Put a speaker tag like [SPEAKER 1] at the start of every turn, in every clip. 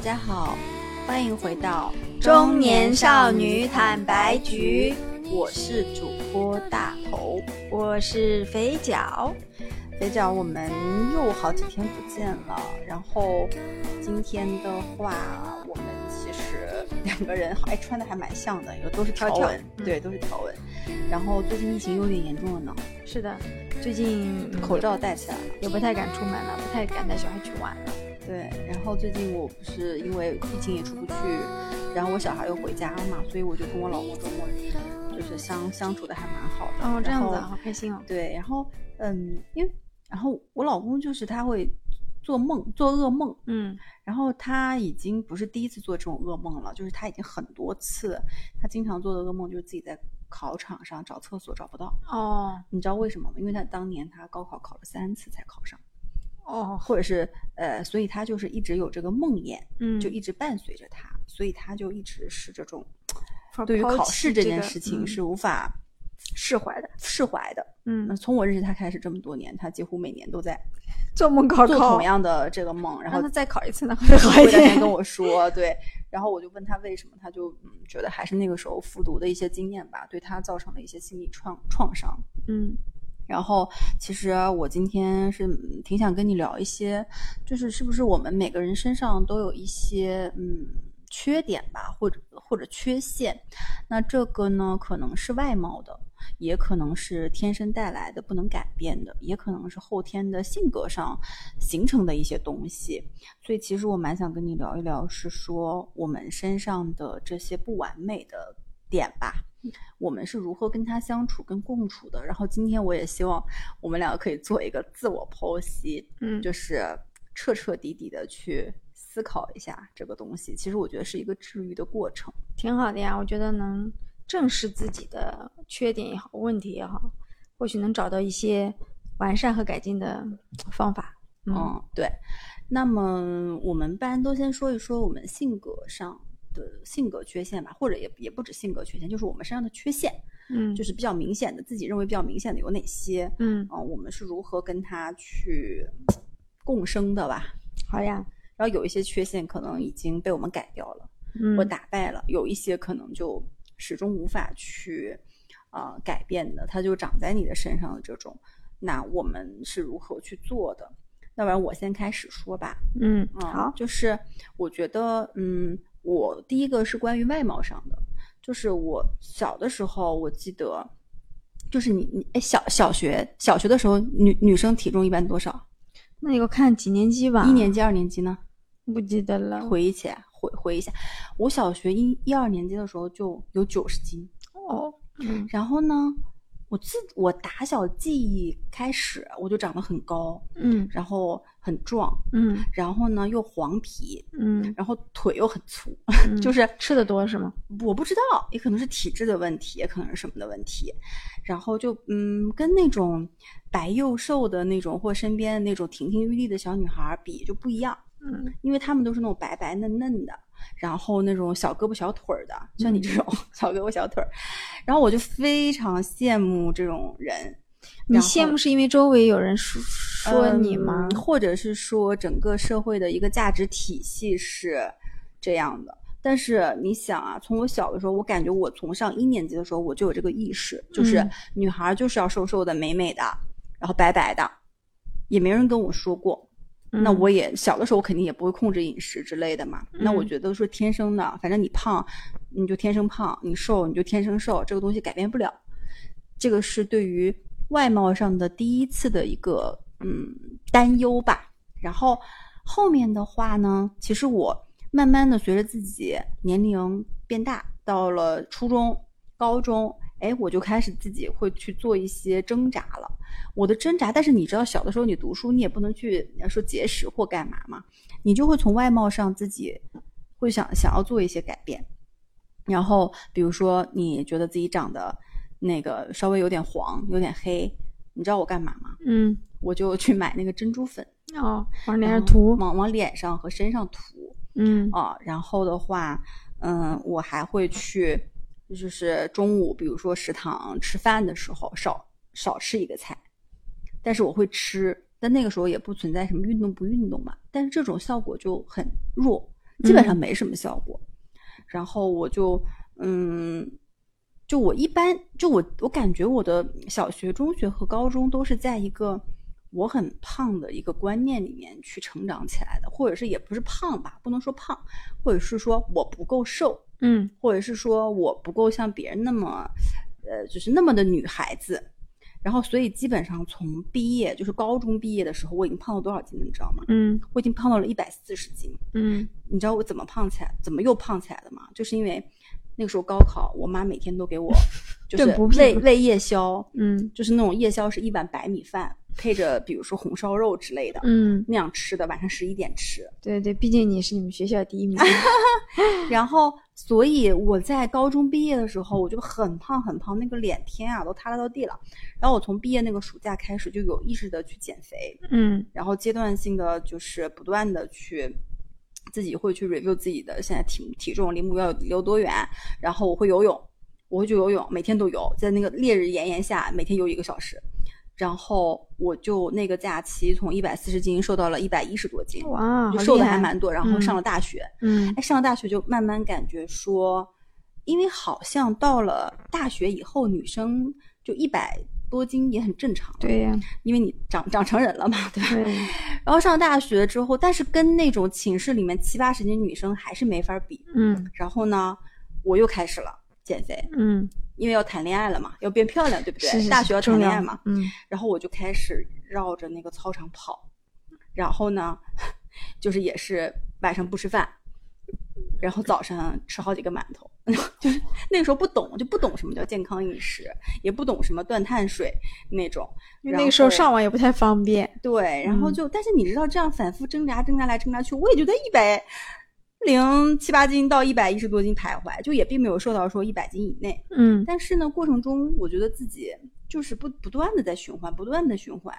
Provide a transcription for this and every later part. [SPEAKER 1] 家好，欢迎回到
[SPEAKER 2] 中年少女坦白局，
[SPEAKER 1] 我是主播大头。
[SPEAKER 2] 我是肥脚，
[SPEAKER 1] 肥脚，我们又好几天不见了。然后今天的话，我们其实两个人哎穿的还蛮像的，有都是条
[SPEAKER 2] 条
[SPEAKER 1] 纹
[SPEAKER 2] 纹，嗯
[SPEAKER 1] 对，都是条纹。然后最近疫情有点严重了呢，
[SPEAKER 2] 是的，最近嗯
[SPEAKER 1] 口罩戴起来了。
[SPEAKER 2] 也不太敢出门了，不太敢带小孩去玩了。
[SPEAKER 1] 对，然后最近我不是因为疫情也出不去，然后我小孩又回家了嘛，所以我就跟我老公周末就是相相处的还蛮好的。
[SPEAKER 2] 哦，这样子啊，
[SPEAKER 1] 然后
[SPEAKER 2] 好开心哦。
[SPEAKER 1] 对，然后嗯，因为然后我老公就是他会做梦，做噩梦，
[SPEAKER 2] 嗯，
[SPEAKER 1] 然后他已经不是第一次做这种噩梦了，就是他已经很多次，他经常做的噩梦就是自己在考场上找厕所找不到，
[SPEAKER 2] 哦
[SPEAKER 1] 你知道为什么吗？因为他当年他高考考了三次才考上，
[SPEAKER 2] 哦，
[SPEAKER 1] 或者是呃，所以他就是一直有这个梦魇，
[SPEAKER 2] 嗯，
[SPEAKER 1] 就一直伴随着他，所以他就一直是这种
[SPEAKER 2] For
[SPEAKER 1] 对于
[SPEAKER 2] 抛
[SPEAKER 1] 考
[SPEAKER 2] 弃
[SPEAKER 1] 试这
[SPEAKER 2] 这
[SPEAKER 1] 件
[SPEAKER 2] 个
[SPEAKER 1] 事情
[SPEAKER 2] 嗯
[SPEAKER 1] 是无法释怀的，释怀的。那
[SPEAKER 2] 嗯，
[SPEAKER 1] 从我认识他开始这么多年，他几乎每年都在
[SPEAKER 2] 做梦高
[SPEAKER 1] 做
[SPEAKER 2] 考，
[SPEAKER 1] 同样的这个梦，然
[SPEAKER 2] 让
[SPEAKER 1] 后
[SPEAKER 2] 他再考一次呢，会好一
[SPEAKER 1] 回来
[SPEAKER 2] 点
[SPEAKER 1] 跟。 我说，对，然后我就问他为什么，他就嗯觉得还是那个时候复读的一些经验吧，对他造成了一些心理创创伤。
[SPEAKER 2] 嗯
[SPEAKER 1] 然后，其实我今天是嗯挺想跟你聊一些，就是是不是我们每个人身上都有一些嗯缺点吧，或者或者缺陷。那这个呢，可能是外貌的，也可能是天生带来的不能改变的，也可能是后天的性格上形成的一些东西。所以，其实我蛮想跟你聊一聊，是说我们身上的这些不完美的点吧。我们是如何跟他相处、跟共处的。然后今天我也希望我们两个可以做一个自我剖析，
[SPEAKER 2] 嗯，
[SPEAKER 1] 就是彻彻底底的去思考一下这个东西。其实我觉得是一个治愈的过程。
[SPEAKER 2] 挺好的呀，我觉得能正视自己的缺点也好，问题也好，或许能找到一些完善和改进的方法。嗯，
[SPEAKER 1] 嗯，对。那么我们不然都先说一说我们性格上的性格缺陷吧，或者也也不止性格缺陷，就是我们身上的缺陷，
[SPEAKER 2] 嗯，
[SPEAKER 1] 就是比较明显的，自己认为比较明显的有哪些？
[SPEAKER 2] 嗯，
[SPEAKER 1] 嗯，我们是如何跟他去共生的吧？
[SPEAKER 2] 好呀，
[SPEAKER 1] 然后有一些缺陷可能已经被我们改掉了
[SPEAKER 2] 嗯，
[SPEAKER 1] 或打败了，有一些可能就始终无法去啊、呃改变的，它就长在你的身上的这种，那我们是如何去做的？要不然我先开始说吧。
[SPEAKER 2] 嗯，
[SPEAKER 1] 嗯，
[SPEAKER 2] 好，
[SPEAKER 1] 就是我觉得，嗯，我第一个是关于外貌上的，就是我小的时候，我记得，就是你你哎，小小学小学的时候，女女生体重一般多少？
[SPEAKER 2] 那你给我看几年级吧，
[SPEAKER 1] 一年级、二年级呢？
[SPEAKER 2] 不记得了，
[SPEAKER 1] 回忆起来，回回忆一下，我小学一一二年级的时候就有九十斤，
[SPEAKER 2] 哦，嗯
[SPEAKER 1] 然后呢，我自我打小记忆开始我就长得很高，
[SPEAKER 2] 嗯
[SPEAKER 1] 然后很壮，
[SPEAKER 2] 嗯
[SPEAKER 1] 然后呢又黄皮，
[SPEAKER 2] 嗯，
[SPEAKER 1] 然后腿又很粗，
[SPEAKER 2] 嗯
[SPEAKER 1] 就是
[SPEAKER 2] 吃的多是吗？
[SPEAKER 1] 我不知道，也可能是体质的问题，也可能是什么的问题，然后就嗯，跟那种白幼瘦的那种或身边的那种亭亭玉立的小女孩儿比就不一样。
[SPEAKER 2] 嗯，
[SPEAKER 1] 因为他们都是那种白白嫩嫩的，然后那种小胳膊小腿儿的，像你这种 小胳膊小腿儿，然后我就非常羡慕这种人。
[SPEAKER 2] 你
[SPEAKER 1] 然后
[SPEAKER 2] 羡慕是因为周围有人说说你吗？
[SPEAKER 1] 嗯或者是说整个社会的一个价值体系是这样的。但是你想啊，从我小的时候，我感觉我从上一年级的时候我就有这个意识，就是
[SPEAKER 2] 嗯
[SPEAKER 1] 女孩儿就是要瘦瘦的、美美的，然后白白的，也没人跟我说过。那
[SPEAKER 2] 嗯
[SPEAKER 1] 我也小的时候肯定也不会控制饮食之类的嘛。那我
[SPEAKER 2] 嗯
[SPEAKER 1] 觉得说天生的，反正你胖你就天生胖，你瘦你就天生瘦，这个东西改变不了。这个是对于外貌上的第一次的一个嗯担忧吧。然后后面的话呢，其实我慢慢的随着自己年龄变大，到了初中、高中，哎，我就开始自己会去做一些挣扎了。我的挣扎，但是你知道，小的时候你读书，你也不能去呃说节食或干嘛嘛，你就会从外貌上自己会想想要做一些改变。然后，比如说你觉得自己长得那个稍微有点黄、有点黑，你知道我干嘛吗？
[SPEAKER 2] 嗯
[SPEAKER 1] 我就去买那个珍珠粉，
[SPEAKER 2] 哦，往脸
[SPEAKER 1] 然
[SPEAKER 2] 上
[SPEAKER 1] 后
[SPEAKER 2] 涂，
[SPEAKER 1] 往往脸上和身上涂
[SPEAKER 2] 嗯
[SPEAKER 1] 啊。然后的话，嗯，我还会去，就是中午，比如说食堂吃饭的时候，少少吃一个菜，但是我会吃。但那个时候也不存在什么运动不运动嘛，但是这种效果就很弱。基本上没什么效果。然后我就嗯，就我一般就我我感觉我的小学、中学和高中都是在一个我很胖的一个观念里面去成长起来的，或者是也不是胖吧，不能说胖，或者是说我不够瘦，
[SPEAKER 2] 嗯
[SPEAKER 1] 或者是说我不够像别人那么，呃，就是那么的女孩子。然后，所以基本上从毕业，就是高中毕业的时候，我已经胖了多少斤了，你知道吗？
[SPEAKER 2] 嗯
[SPEAKER 1] 我已经胖到了一百四十斤。
[SPEAKER 2] 嗯
[SPEAKER 1] 你知道我怎么胖起来，怎么又胖起来的吗？就是因为那个时候高考，我妈每天都给我就是
[SPEAKER 2] 炖补品
[SPEAKER 1] 喂喂夜宵，
[SPEAKER 2] 嗯
[SPEAKER 1] 就是那种夜宵是一碗白米饭配着比如说红烧肉之类的、
[SPEAKER 2] 嗯，
[SPEAKER 1] 那样吃的，晚上十一点吃。
[SPEAKER 2] 对对，毕竟你是你们学校第 一名。
[SPEAKER 1] 然后，所以我在高中毕业的时候，我就很胖很胖，那个脸天啊都塌拉到地了。然后我从毕业那个暑假开始就有意识的去减肥，
[SPEAKER 2] 嗯
[SPEAKER 1] 然后阶段性的就是不断的去自己会去 review 自己的现在体体重离目标有有多远，然后我会游泳，我会去游泳，每天都游，在那个烈日炎炎下每天游一个小时，然后我就那个假期从一百四十斤瘦到了一百一十多斤，
[SPEAKER 2] 哇，
[SPEAKER 1] 就
[SPEAKER 2] 好
[SPEAKER 1] 瘦
[SPEAKER 2] 厉
[SPEAKER 1] 的
[SPEAKER 2] 害！
[SPEAKER 1] 还蛮多，然后
[SPEAKER 2] 嗯
[SPEAKER 1] 上了大学，
[SPEAKER 2] 嗯
[SPEAKER 1] 哎，上了大学就慢慢感觉说，因为好像到了大学以后，女生就一百多斤也很正常，，
[SPEAKER 2] 对呀、
[SPEAKER 1] 因为你长长成人了嘛，对吧？
[SPEAKER 2] 对，
[SPEAKER 1] 然后上大学之后，但是跟那种寝室里面七八十斤女生还是没法比。
[SPEAKER 2] 嗯
[SPEAKER 1] 然后呢，我又开始了减肥，
[SPEAKER 2] 嗯，
[SPEAKER 1] 因为要谈恋爱了嘛，要变漂亮，对不对？
[SPEAKER 2] 是是
[SPEAKER 1] 大
[SPEAKER 2] 是
[SPEAKER 1] 学要
[SPEAKER 2] 重
[SPEAKER 1] 谈恋
[SPEAKER 2] 要
[SPEAKER 1] 爱嘛，
[SPEAKER 2] 嗯
[SPEAKER 1] 然后我就开始绕着那个操场跑，然后呢， 就是也是晚上不吃饭，然后早上吃好几个馒头， 就是那个时候不懂，就不懂什么叫健康饮食，也不懂什么断碳水那种。
[SPEAKER 2] 因为
[SPEAKER 1] 然
[SPEAKER 2] 那个时候
[SPEAKER 1] 后
[SPEAKER 2] 上网也不太方便。
[SPEAKER 1] 对，然后
[SPEAKER 2] 嗯
[SPEAKER 1] 就，但是你知道，这样反复挣扎、挣扎来、挣扎去，我也就在一百零七八斤到一百一十多斤徘徊，就也并没有瘦到说一百斤以内。
[SPEAKER 2] 嗯
[SPEAKER 1] 但是呢，过程中我觉得自己就是不不断的在循环，不断的循环。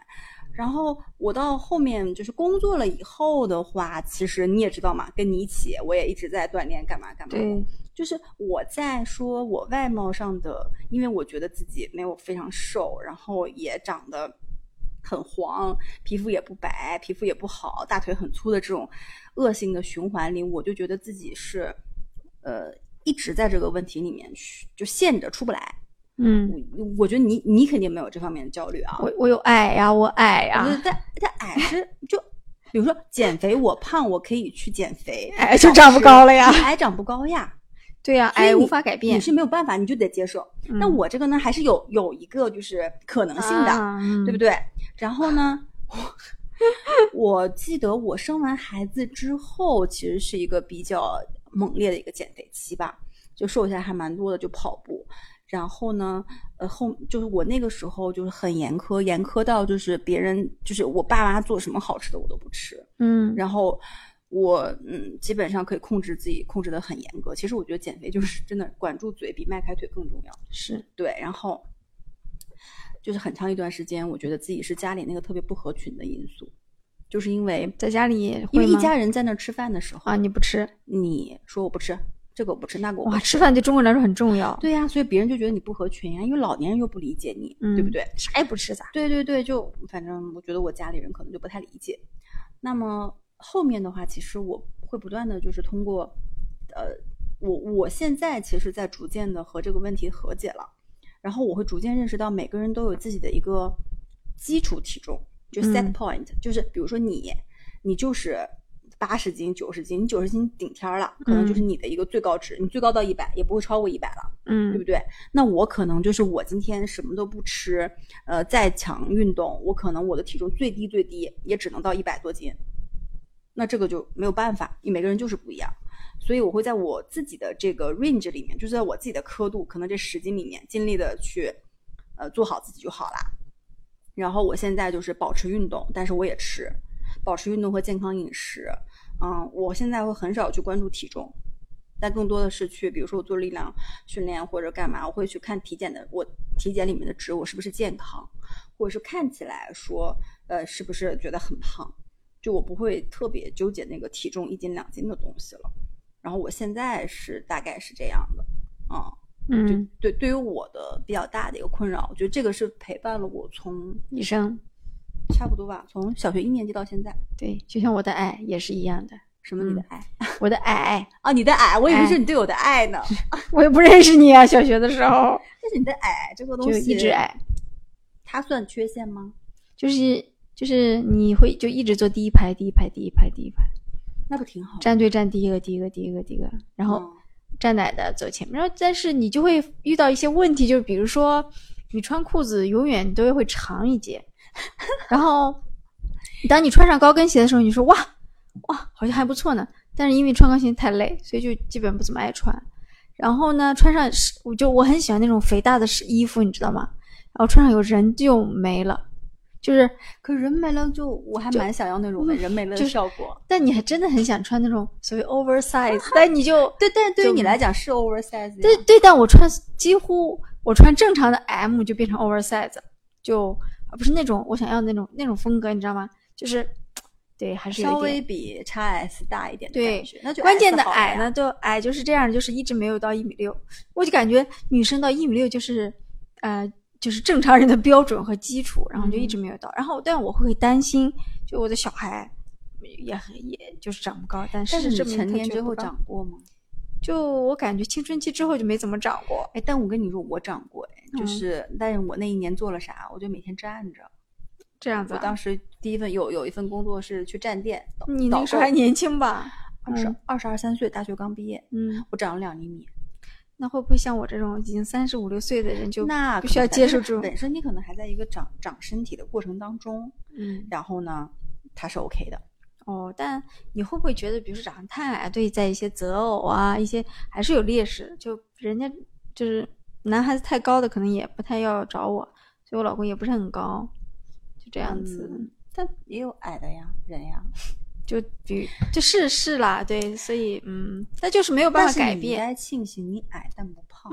[SPEAKER 1] 然后我到后面就是工作了以后的话，其实你也知道嘛，跟你一起，我也一直在锻炼，干嘛干嘛。
[SPEAKER 2] 对，
[SPEAKER 1] 就是我在说我外貌上的，因为我觉得自己没有非常瘦，然后也长得很黄，皮肤也不白，皮肤也不好，大腿很粗的这种恶性的循环里，我就觉得自己是，呃，一直在这个问题里面去就陷着出不来。
[SPEAKER 2] 嗯，
[SPEAKER 1] 我我觉得你你肯定没有这方面的焦虑啊，
[SPEAKER 2] 我我有矮呀、我矮呀、
[SPEAKER 1] 我觉得但但矮是就。比如说减肥，我胖，我可以去减肥，
[SPEAKER 2] 矮哎就长不高了呀
[SPEAKER 1] 但是矮长不高呀，
[SPEAKER 2] 对呀、
[SPEAKER 1] 所以
[SPEAKER 2] 矮
[SPEAKER 1] 你
[SPEAKER 2] 无法改变
[SPEAKER 1] 你。是没有办法，你就得接受。那
[SPEAKER 2] 嗯
[SPEAKER 1] 我这个呢，还是有有一个就是可能性的，
[SPEAKER 2] 啊
[SPEAKER 1] 对不
[SPEAKER 2] 嗯
[SPEAKER 1] 对？然后呢，我 我记得我生完孩子之后，其实是一个比较猛烈的一个减肥期吧，就瘦下来还蛮多的，就跑步。然后呢，呃，后就是我那个时候就是很严苛，严苛到就是别人就是我爸妈做什么好吃的我都不吃，
[SPEAKER 2] 嗯，
[SPEAKER 1] 然后我嗯，基本上可以控制自己，控制的很严格。其实我觉得减肥就是真的管住嘴比迈开腿更重要。
[SPEAKER 2] 是，
[SPEAKER 1] 对，然后就是很长一段时间，我觉得自己是家里那个特别不合群的因素，就是因为
[SPEAKER 2] 在家里也
[SPEAKER 1] 因为
[SPEAKER 2] 会
[SPEAKER 1] 一
[SPEAKER 2] 吗
[SPEAKER 1] 家人在那儿吃饭的时候，
[SPEAKER 2] 啊，你不吃
[SPEAKER 1] 你说我不吃这个我不吃那个我不
[SPEAKER 2] 哇，
[SPEAKER 1] 吃，
[SPEAKER 2] 吃饭对中国人来说很重要。
[SPEAKER 1] 对呀、所以别人就觉得你不合群呀、因为老年人又不理解你，对不
[SPEAKER 2] 嗯
[SPEAKER 1] 对？
[SPEAKER 2] 啥也不吃咋？
[SPEAKER 1] 对对对，就反正我觉得我家里人可能就不太理解。那么后面的话，其实我会不断的就是通过，呃，我我现在其实在逐渐的和这个问题和解了，然后我会逐渐认识到每个人都有自己的一个基础体重，就 set
[SPEAKER 2] 嗯
[SPEAKER 1] point，、就是比如说你，你就是。八十斤、九十斤，你九十斤顶天儿了，可能就是你的一个最高值，你最高到一百，也不会超过一百了。对不
[SPEAKER 2] 嗯
[SPEAKER 1] 对？那我可能就是我今天什么都不吃，呃，再强运动，我可能我的体重最低最低也只能到一百多斤，那这个就没有办法，因为每个人就是不一样，所以我会在我自己的这个 range 里面，就是在我自己的刻度，可能这十斤里面尽力的去，呃，做好自己就好啦。然后我现在就是保持运动，但是我也吃，保持运动和健康饮食。嗯，我现在会很少去关注体重，但更多的是去，比如说我做力量训练或者干嘛，我会去看体检的，我体检里面的值我是不是健康，或者是看起来说，呃，是不是觉得很胖，就我不会特别纠结那个体重一斤两斤的东西了。然后我现在是大概是这样的，嗯。
[SPEAKER 2] 嗯，
[SPEAKER 1] 对，对于我的比较大的一个困扰，我觉得这个是陪伴了我从
[SPEAKER 2] 医生
[SPEAKER 1] 差不多吧，从小学一年级到现在。
[SPEAKER 2] 对，就像我的矮也是一样的。
[SPEAKER 1] 什么你的爱、
[SPEAKER 2] 我的矮矮，
[SPEAKER 1] 啊？你的矮，我以为
[SPEAKER 2] 哎
[SPEAKER 1] 是你对我的爱 呢。
[SPEAKER 2] 我也不认识你啊，小学的时候
[SPEAKER 1] 但是你的矮这个东
[SPEAKER 2] 就
[SPEAKER 1] 西，
[SPEAKER 2] 一直矮，
[SPEAKER 1] 它算缺陷吗？
[SPEAKER 2] 就是就是你会就一直坐第一排，第一排，第一排，第一排，
[SPEAKER 1] 那不挺好？
[SPEAKER 2] 站队站第一个，第一个，第一个，第一个，然后
[SPEAKER 1] 嗯
[SPEAKER 2] 站奶的走前面，然后但是你就会遇到一些问题，就比如说你穿裤子永远都会长一截， 然后当你穿上高跟鞋的时候，你说哇哇好像还不错呢，但是因为穿高跟鞋太累，所以就基本不怎么爱穿。然后呢，穿上是我就我很喜欢那种肥大的是衣服，你知道吗？然后穿上以后人就没了，就是
[SPEAKER 1] 可人没了就，我还蛮想要那种人没了
[SPEAKER 2] 嗯就
[SPEAKER 1] 的
[SPEAKER 2] 是
[SPEAKER 1] 效果。
[SPEAKER 2] 但你还真的很想穿那种所谓 oversize，但你就
[SPEAKER 1] 对，但是对于
[SPEAKER 2] 就
[SPEAKER 1] 你来讲是 oversize 呀。
[SPEAKER 2] 对对，但我穿几乎我穿正常的 M 就变成 oversize，就而不是那种我想要的那种那种风格，你知道吗？就是对，还是有一
[SPEAKER 1] 稍微
[SPEAKER 2] 点
[SPEAKER 1] 比 x S 大一点的
[SPEAKER 2] 对
[SPEAKER 1] 感觉，那就
[SPEAKER 2] 关键
[SPEAKER 1] S
[SPEAKER 2] 的
[SPEAKER 1] 好了
[SPEAKER 2] 矮
[SPEAKER 1] 呀
[SPEAKER 2] 呢，就矮就是这样，就是一直没有到一米六，我就感觉女生到一米六就是呃就是正常人的标准和基础，然后就一
[SPEAKER 1] 嗯
[SPEAKER 2] 直没有到。然后但我会担心，就我的小孩也很也就是长不高，但
[SPEAKER 1] 但
[SPEAKER 2] 事
[SPEAKER 1] 是
[SPEAKER 2] 实
[SPEAKER 1] 你
[SPEAKER 2] 证明
[SPEAKER 1] 成
[SPEAKER 2] 他
[SPEAKER 1] 年
[SPEAKER 2] 确
[SPEAKER 1] 之
[SPEAKER 2] 不
[SPEAKER 1] 后
[SPEAKER 2] 高
[SPEAKER 1] 长，过吗？
[SPEAKER 2] 就我感觉青春期之后就没怎么长过。
[SPEAKER 1] 哎，但我跟你说，我长过哎，就
[SPEAKER 2] 嗯
[SPEAKER 1] 是，但是我那一年做了啥？我就每天站着。
[SPEAKER 2] 这样子、
[SPEAKER 1] 我
[SPEAKER 2] 啊，
[SPEAKER 1] 当时第一份有有一份工作是去站店，导
[SPEAKER 2] 你那
[SPEAKER 1] 导
[SPEAKER 2] 个时候
[SPEAKER 1] 购
[SPEAKER 2] 还年轻吧？
[SPEAKER 1] 二十
[SPEAKER 2] 嗯
[SPEAKER 1] 二十二三岁，大学刚毕业，
[SPEAKER 2] 嗯，
[SPEAKER 1] 我长了两厘米，
[SPEAKER 2] 那会不会像我这种已经三十五六岁的人就
[SPEAKER 1] 那
[SPEAKER 2] 不
[SPEAKER 1] 可
[SPEAKER 2] 需要
[SPEAKER 1] 能
[SPEAKER 2] 接受
[SPEAKER 1] 但是
[SPEAKER 2] 这种？
[SPEAKER 1] 本身你可能还在一个长长身体的过程当中，
[SPEAKER 2] 嗯，
[SPEAKER 1] 然后呢，它是 OK 的。
[SPEAKER 2] 哦，但你会不会觉得，比如说长得太矮，对在一些择偶啊，一些还是有劣势？就人家就是男孩子太高的，可能也不太要找我，所以我老公也不是很高，就
[SPEAKER 1] 这
[SPEAKER 2] 这样子。
[SPEAKER 1] 但也有矮的呀，人呀，
[SPEAKER 2] 就比就是是啦，对，所以嗯，那就是没有办
[SPEAKER 1] 但
[SPEAKER 2] 法
[SPEAKER 1] 是
[SPEAKER 2] 改
[SPEAKER 1] 你应
[SPEAKER 2] 变，
[SPEAKER 1] 该庆幸你矮但不 胖，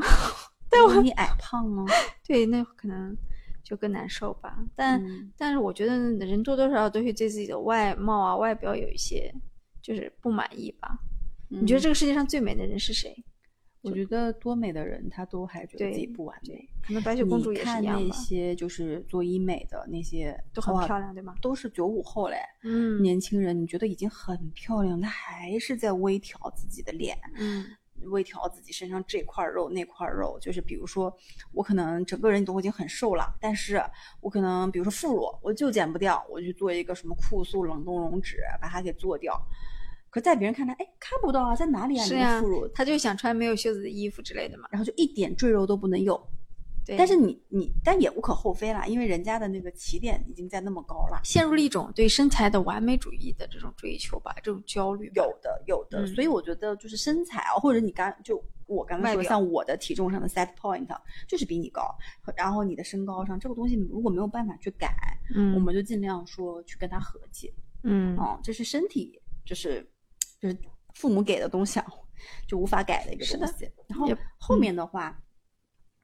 [SPEAKER 1] 但我你矮胖哦呢，
[SPEAKER 2] 对，那可能就更难受吧。 但、
[SPEAKER 1] 嗯
[SPEAKER 2] 但是我觉得人多多少少都会对自己的外貌啊、外表有一些就是不满意吧。你觉得这
[SPEAKER 1] 个？
[SPEAKER 2] 个世界上最美的人是谁？
[SPEAKER 1] 我觉得多美的人，他都还觉得
[SPEAKER 2] 对
[SPEAKER 1] 自己不完美。
[SPEAKER 2] 可能白雪公主也是一
[SPEAKER 1] 你看
[SPEAKER 2] 样
[SPEAKER 1] 那
[SPEAKER 2] 吧，
[SPEAKER 1] 些就是做医美的那些，
[SPEAKER 2] 都很
[SPEAKER 1] 哇
[SPEAKER 2] 漂亮，对吗？
[SPEAKER 1] 都是九五后嘞，
[SPEAKER 2] 嗯
[SPEAKER 1] 年轻人，你觉得已经很漂亮，她还是在微调自己的脸，
[SPEAKER 2] 嗯
[SPEAKER 1] 微调自己身上这块肉那块肉。就是比如说，我可能整个人都已经很瘦了，但是我可能比如说副乳我就减不掉，我去做一个什么酷塑冷冻溶脂，把它给做掉。可在别人看来，哎，看不到啊，在哪里啊？
[SPEAKER 2] 是
[SPEAKER 1] 你
[SPEAKER 2] 呀
[SPEAKER 1] 的副乳，
[SPEAKER 2] 她就想穿没有袖子的衣服之类的嘛。
[SPEAKER 1] 然后就一点赘肉都不能有。
[SPEAKER 2] 对，
[SPEAKER 1] 但是你你，但也无可厚非啦，因为人家的那个起点已经在那么高了。
[SPEAKER 2] 陷入了一种对身材的完美主义的这种追求吧，这种焦虑吧。
[SPEAKER 1] 有的，有的。
[SPEAKER 2] 嗯
[SPEAKER 1] 所以我觉得就是身材啊，或者你刚就我刚刚
[SPEAKER 2] 外
[SPEAKER 1] 说，
[SPEAKER 2] 表
[SPEAKER 1] 像我的体重上的 set point 啊就是比你高，然后你的身高上这个东西如果没有办法去改，
[SPEAKER 2] 嗯，
[SPEAKER 1] 我们就尽量说去跟他和解。
[SPEAKER 2] 嗯
[SPEAKER 1] 嗯，这是身体，就是就是父母给的东西啊，就无法改的一个
[SPEAKER 2] 是
[SPEAKER 1] 东
[SPEAKER 2] 的
[SPEAKER 1] 西。然后
[SPEAKER 2] 也
[SPEAKER 1] 后
[SPEAKER 2] 嗯
[SPEAKER 1] 面的话，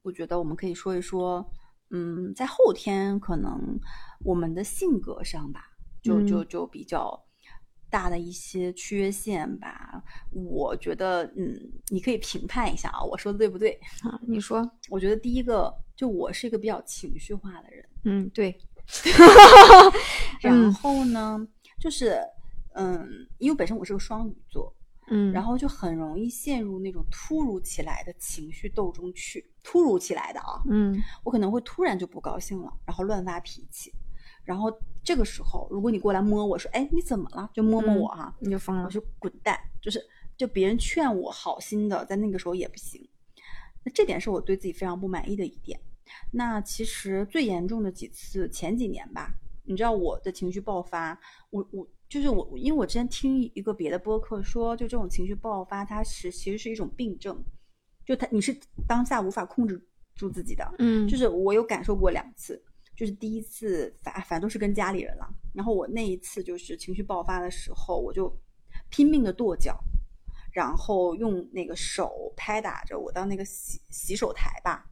[SPEAKER 1] 我觉得我们可以说一说，嗯，在后天可能我们的性格上吧，就
[SPEAKER 2] 嗯
[SPEAKER 1] 就就比较。大的一些缺陷吧，我觉得，嗯，你可以评判一下啊，我说的对不对？
[SPEAKER 2] 啊，你说，
[SPEAKER 1] 我觉得第一个，就我是一个比较情绪化的人，
[SPEAKER 2] 嗯，对，
[SPEAKER 1] 然
[SPEAKER 2] 嗯
[SPEAKER 1] 后呢，就是，嗯，因为本身我是个双鱼座，
[SPEAKER 2] 嗯，
[SPEAKER 1] 然后就很容易陷入那种突如其来的情绪斗中去。突如其来的啊，
[SPEAKER 2] 嗯
[SPEAKER 1] 我可能会突然就不高兴了，然后乱发脾气。然后这个时候，如果你过来摸我说：“哎，你怎么了？”就摸摸我啊哈、
[SPEAKER 2] 你就疯了
[SPEAKER 1] 我。就滚蛋，就是就别人劝我好心的，在那个时候也不行。那这点是我对自己非常不满意的一点。那其实最严重的几次，前几年吧，你知道我的情绪爆发，我我就是我，因为我之前听一个别的播客说，就这种情绪爆发，它是其实是一种病症，就它你是当下无法控制住自己的，
[SPEAKER 2] 嗯，
[SPEAKER 1] 就是我有感受过两次，就是第一次反反正都是跟家里人了，然后我那一次就是情绪爆发的时候，我就拼命的跺脚，然后用那个手拍打着我到那个洗洗手台吧，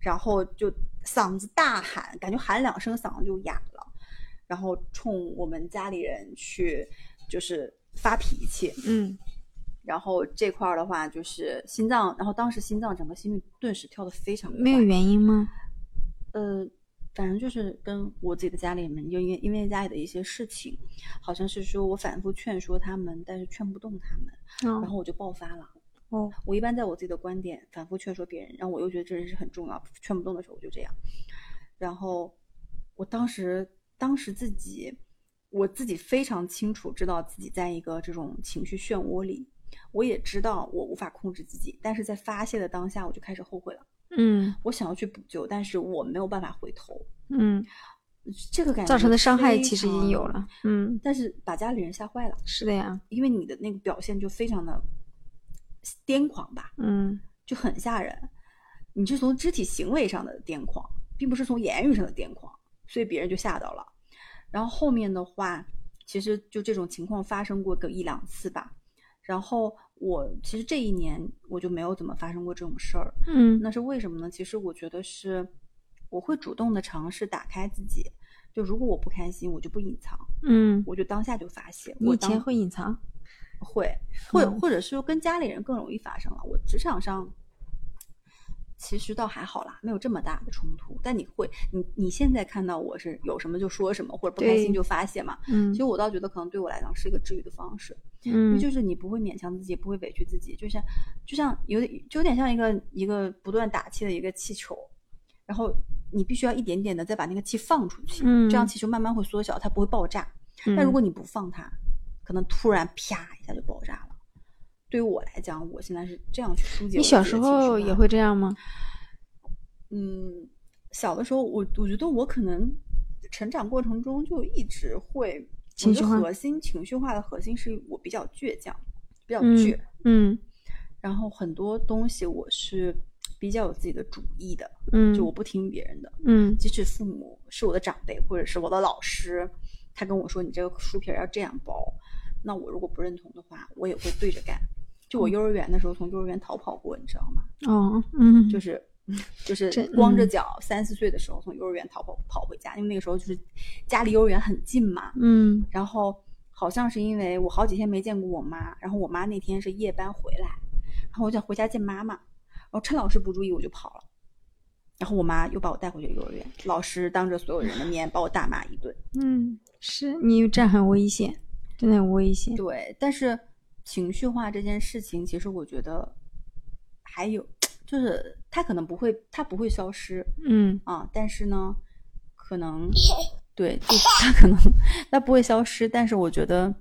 [SPEAKER 1] 然后就嗓子大喊，感觉喊两声嗓子就哑了，然后冲我们家里人去就是发脾气，
[SPEAKER 2] 嗯
[SPEAKER 1] 然后这块儿的话就是心脏，然后当时心脏整个心率顿时跳得非常快，
[SPEAKER 2] 没有原因吗？
[SPEAKER 1] 呃，反正就是跟我自己的家里面，因为因为家里的一些事情，好像是说我反复劝说他们，但是劝不动他们，
[SPEAKER 2] 嗯
[SPEAKER 1] 然后我就爆发了。
[SPEAKER 2] 哦，
[SPEAKER 1] 我一般在我自己的观点反复劝说别人，然后我又觉得这人是很重要，劝不动的时候我就这样。然后我当时当时自己我自己非常清楚知道自己在一个这种情绪漩涡里，我也知道我无法控制自己，但是在发泄的当下我就开始后悔了，
[SPEAKER 2] 嗯
[SPEAKER 1] 我想要去补救，但是我没有办法回头，
[SPEAKER 2] 嗯，
[SPEAKER 1] 这个感觉
[SPEAKER 2] 造成的伤害
[SPEAKER 1] 非
[SPEAKER 2] 其实已经
[SPEAKER 1] 常
[SPEAKER 2] 有，了，嗯，
[SPEAKER 1] 但是把家里人吓坏了，
[SPEAKER 2] 是的呀，
[SPEAKER 1] 因为你的那个表现就非常的癫狂吧，
[SPEAKER 2] 嗯
[SPEAKER 1] 就很吓人。你是从肢体行为上的癫狂，并不是从言语上的癫狂，所以别人就吓到了。然后后面的话，其实就这种情况发生过个一两次吧。然后我其实这一年我就没有怎么发生过这种事儿，
[SPEAKER 2] 嗯
[SPEAKER 1] 那是为什么呢？其实我觉得是我会主动的尝试打开自己。就如果我不开心，我就不隐藏，
[SPEAKER 2] 嗯，
[SPEAKER 1] 我就当下就发泄。
[SPEAKER 2] 你
[SPEAKER 1] 我
[SPEAKER 2] 以
[SPEAKER 1] 当
[SPEAKER 2] 前会隐藏，
[SPEAKER 1] 会，或者
[SPEAKER 2] 嗯
[SPEAKER 1] 或者是跟家里人更容易发生了。我职场上其实倒还好啦，没有这么大的冲突。但你会，你你现在看到我是有什么就说什么，或者不开
[SPEAKER 2] 对
[SPEAKER 1] 心就发泄嘛。
[SPEAKER 2] 嗯
[SPEAKER 1] 其实我倒觉得可能对我来讲是一个治愈的方式，因
[SPEAKER 2] 嗯
[SPEAKER 1] 为就是你不会勉强自己，不会委屈自己，就像就像有点就有点像一个一个不断打气的一个气球，然后你必须要一点点的再把那个气放出去，这样
[SPEAKER 2] 嗯
[SPEAKER 1] 气球慢慢会缩小，它不会爆炸。但
[SPEAKER 2] 但
[SPEAKER 1] 如果你不放它，可能突然啪一下就爆炸了。对于我来讲，我现在是这样去疏解。
[SPEAKER 2] 你小时候也？会这样吗？
[SPEAKER 1] 嗯，小的时候我我觉得我可能成长过程中就一直会
[SPEAKER 2] 情绪化
[SPEAKER 1] 我觉得核心情绪化的核心是我比较倔强，比较
[SPEAKER 2] 嗯
[SPEAKER 1] 倔，
[SPEAKER 2] 嗯
[SPEAKER 1] 然后很多东西我是比较有自己的主意的，
[SPEAKER 2] 嗯，
[SPEAKER 1] 就我不听别人的。
[SPEAKER 2] 嗯
[SPEAKER 1] 即使父母是我的长辈或者是我的老师，他跟我说你这个书皮儿要这样包，那我如果不认同的话，我也会对着干。就
[SPEAKER 2] 嗯
[SPEAKER 1] 我幼儿园的时候，从幼儿园逃跑过，你知道吗？
[SPEAKER 2] 哦嗯
[SPEAKER 1] 就是 就是
[SPEAKER 2] 这
[SPEAKER 1] 光着
[SPEAKER 2] 嗯
[SPEAKER 1] 脚，三四岁的时候从幼儿园逃跑跑回家，因为那个时候就是家离幼儿园很近嘛。
[SPEAKER 2] 嗯
[SPEAKER 1] 然后好像是因为我好几天没见过我妈，然后我妈那天是夜班回来，然后我想回家见妈妈，然后趁老师不注意我就跑了，然后我妈又把我带回去幼儿园，老师当着所有人的面把我大骂一顿。
[SPEAKER 2] 嗯，是你这样很危险，真的很危险。
[SPEAKER 1] 对，但是情绪化这件事情，其实我觉得还有就是它可能不会，它不会消失，
[SPEAKER 2] 嗯
[SPEAKER 1] 啊，但是呢，可 能对，就它可能它不会消失，但是我觉得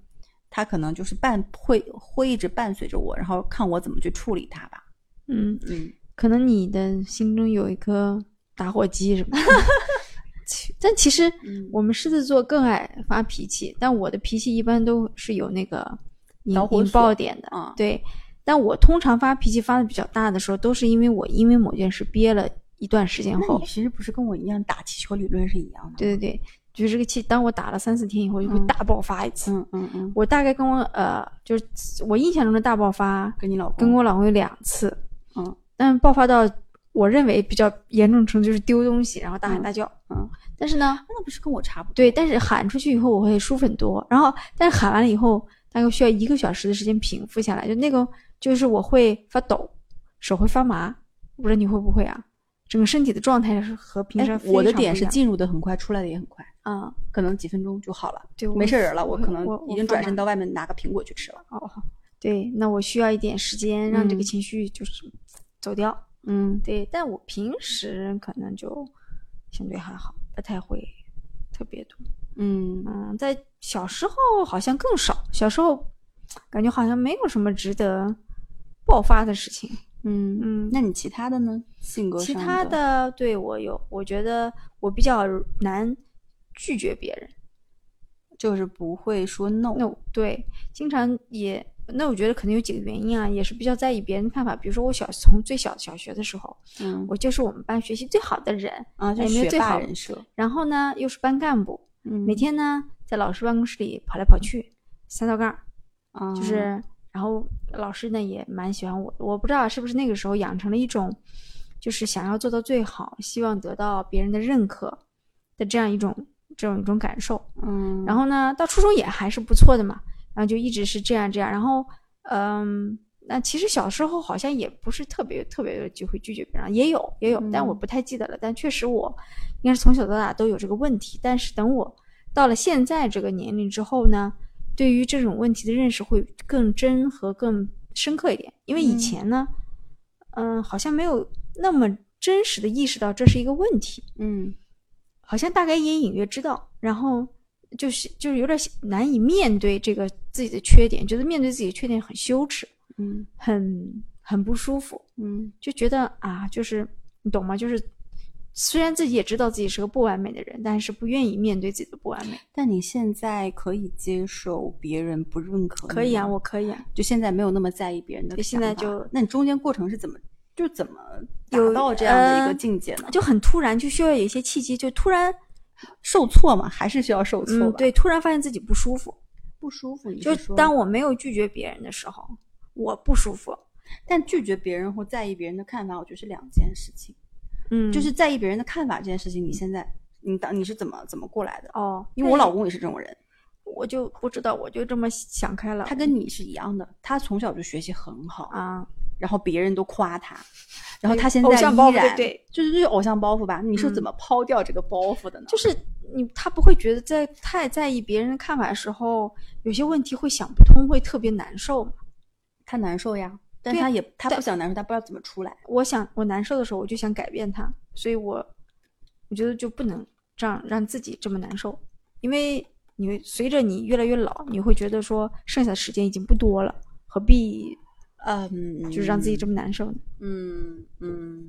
[SPEAKER 1] 它可能就是伴会会一直伴随着我，然后看我怎么去处理它吧。
[SPEAKER 2] 嗯，
[SPEAKER 1] 嗯，
[SPEAKER 2] 可能你的心中有一颗打火机什么的。 其但其实
[SPEAKER 1] 嗯
[SPEAKER 2] 我们狮子座更爱发脾气，但我的脾气一般都是有那个引
[SPEAKER 1] 导火
[SPEAKER 2] 引
[SPEAKER 1] 索
[SPEAKER 2] 爆点的。
[SPEAKER 1] 啊
[SPEAKER 2] 对，但我通常发脾气发的比较大的时候，都是因为我因为某件事憋了一段时间
[SPEAKER 1] 那
[SPEAKER 2] 后
[SPEAKER 1] 你，其实不是跟我一样打气球理论是一样的？
[SPEAKER 2] 对对对，就是这个气，当我打了三四天以后，就会
[SPEAKER 1] 嗯
[SPEAKER 2] 大爆发一次。
[SPEAKER 1] 嗯嗯嗯，
[SPEAKER 2] 我大概跟我呃，就是我印象中的大爆发，
[SPEAKER 1] 跟你老公，
[SPEAKER 2] 跟我老公有两次，
[SPEAKER 1] 嗯，
[SPEAKER 2] 但爆发到我认为比较严重程度就是丢东西，然后大喊大叫，
[SPEAKER 1] 嗯嗯
[SPEAKER 2] 但是呢，
[SPEAKER 1] 那不是跟我差不多？
[SPEAKER 2] 对，但是喊出去以后我会舒服很多，然后但是喊完了以后，大概需要一个小时的时间平复下来，就那个就是我会发抖，手会发麻，我不知道你会不会啊？整个身体的状态是和平时
[SPEAKER 1] 哎，我的
[SPEAKER 2] 非常
[SPEAKER 1] 点
[SPEAKER 2] 不一
[SPEAKER 1] 是
[SPEAKER 2] 样
[SPEAKER 1] 进入的很快，出来的也很快，
[SPEAKER 2] 啊，
[SPEAKER 1] 可能几分钟就好了，
[SPEAKER 2] 对，我
[SPEAKER 1] 没事人了，我
[SPEAKER 2] 会
[SPEAKER 1] 可能
[SPEAKER 2] 我
[SPEAKER 1] 已
[SPEAKER 2] 我
[SPEAKER 1] 经
[SPEAKER 2] 发
[SPEAKER 1] 转
[SPEAKER 2] 麻
[SPEAKER 1] 身到外面拿个苹果去吃了。
[SPEAKER 2] 哦，对，那我需要一点时间让这
[SPEAKER 1] 嗯
[SPEAKER 2] 个情绪就是走掉。
[SPEAKER 1] 嗯，
[SPEAKER 2] 对，但我平时可能就相对还好，不太会特别多。
[SPEAKER 1] 嗯，
[SPEAKER 2] 嗯，在小时候好像更少，小时候感觉好像没有什么值得爆发的事情。
[SPEAKER 1] 嗯
[SPEAKER 2] 嗯
[SPEAKER 1] 那你其他的呢？性格
[SPEAKER 2] 其
[SPEAKER 1] 上
[SPEAKER 2] 他
[SPEAKER 1] 的，
[SPEAKER 2] 的，对我有，我觉得我比较难拒绝别人。
[SPEAKER 1] 就是不会说 no。
[SPEAKER 2] 那我对，经常也，那我觉得可能有几个原因啊，也是比较在意别人的看法。比如说我小从最小小学的时候，
[SPEAKER 1] 嗯，
[SPEAKER 2] 我就是我们班学习最好的人，
[SPEAKER 1] 啊，就
[SPEAKER 2] 哎
[SPEAKER 1] 是
[SPEAKER 2] 没有
[SPEAKER 1] 学
[SPEAKER 2] 最
[SPEAKER 1] 霸
[SPEAKER 2] 好
[SPEAKER 1] 人设，
[SPEAKER 2] 然后呢又是班干部，
[SPEAKER 1] 嗯
[SPEAKER 2] 每天呢在老师办公室里跑来跑去，三道杠儿，
[SPEAKER 1] 啊
[SPEAKER 2] 就是，然后老师呢也蛮喜欢我，我不知道是不是那个时候养成了一种，就是想要做到最好，希望得到别人的认可的这样一种这种一种感受。
[SPEAKER 1] 嗯，
[SPEAKER 2] 然后呢，到初中也还是不错的嘛，然后就一直是这样这样。然后，嗯，那其实小时候好像也不是特别特别的就会拒绝别人，也有也有，但我
[SPEAKER 1] 嗯
[SPEAKER 2] 不太记得了。但确实我应该是从小到大都有这个问题。但是等我到了现在这个年龄之后呢，对于这种问题的认识会更真和更深刻一点。因为以
[SPEAKER 1] 嗯
[SPEAKER 2] 前呢，嗯、好像没有那么真实的意识到这是一个问题，
[SPEAKER 1] 嗯
[SPEAKER 2] 好像大概也隐约知道，然后就是就是有点难以面对这个自己的缺点，觉得面对自己的缺点很羞耻。
[SPEAKER 1] 嗯
[SPEAKER 2] 很很不舒服，
[SPEAKER 1] 嗯
[SPEAKER 2] 就觉得啊，就是你懂吗？就是虽然自己也知道自己是个不完美的人，但是不愿意面对自己的不完美。
[SPEAKER 1] 但你现在可以接受别人不认可你吗？
[SPEAKER 2] 可以啊，我可以啊。
[SPEAKER 1] 就现在没有那么在意别人的
[SPEAKER 2] 对
[SPEAKER 1] 想
[SPEAKER 2] 现在
[SPEAKER 1] 法
[SPEAKER 2] 就
[SPEAKER 1] 那你中间过程是怎么就怎么达
[SPEAKER 2] 有
[SPEAKER 1] 到这样的一个
[SPEAKER 2] 呃
[SPEAKER 1] 境界呢？
[SPEAKER 2] 就很突然，就需要有一些契机，就突然，
[SPEAKER 1] 受挫嘛，还是需要受挫吧？
[SPEAKER 2] 嗯，对，突然发现自己不舒服。
[SPEAKER 1] 不舒服。你
[SPEAKER 2] 就是
[SPEAKER 1] 说
[SPEAKER 2] 当我没有拒绝别人的时候，我不舒服。
[SPEAKER 1] 但拒绝别人或在意别人的看法，我觉得是两件事情。
[SPEAKER 2] 嗯，
[SPEAKER 1] 就是在意别人的看法这件事情，你现在你当你是怎么怎么过来的？
[SPEAKER 2] 哦，
[SPEAKER 1] 因为我老公也是这种人，
[SPEAKER 2] 我就不知道，我就这么想开了。
[SPEAKER 1] 他跟你是一样的，他从小就学习很好，
[SPEAKER 2] 啊，
[SPEAKER 1] 然后别人都夸他，然后他
[SPEAKER 2] 有
[SPEAKER 1] 现在
[SPEAKER 2] 哎偶
[SPEAKER 1] 依
[SPEAKER 2] 像
[SPEAKER 1] 然
[SPEAKER 2] 包袱对对
[SPEAKER 1] 就是就是偶像包袱吧？你是
[SPEAKER 2] 嗯
[SPEAKER 1] 怎么抛掉这个包袱的呢？
[SPEAKER 2] 就是你他不会觉得在太在意别人的看法的时候，有些问题会想不通，会特别难受嘛。
[SPEAKER 1] 他难受呀，但
[SPEAKER 2] 对
[SPEAKER 1] 他也他不
[SPEAKER 2] 但
[SPEAKER 1] 想难受，他不知道怎么出来。
[SPEAKER 2] 我想我难受的时候，我就想改变它，所以我我觉得就不能这样让自己这么难受，因为你会随着你越来越老，你会觉得说剩下的时间已经不多了，何必
[SPEAKER 1] 嗯，
[SPEAKER 2] 就是让自己这么难受呢？
[SPEAKER 1] 嗯嗯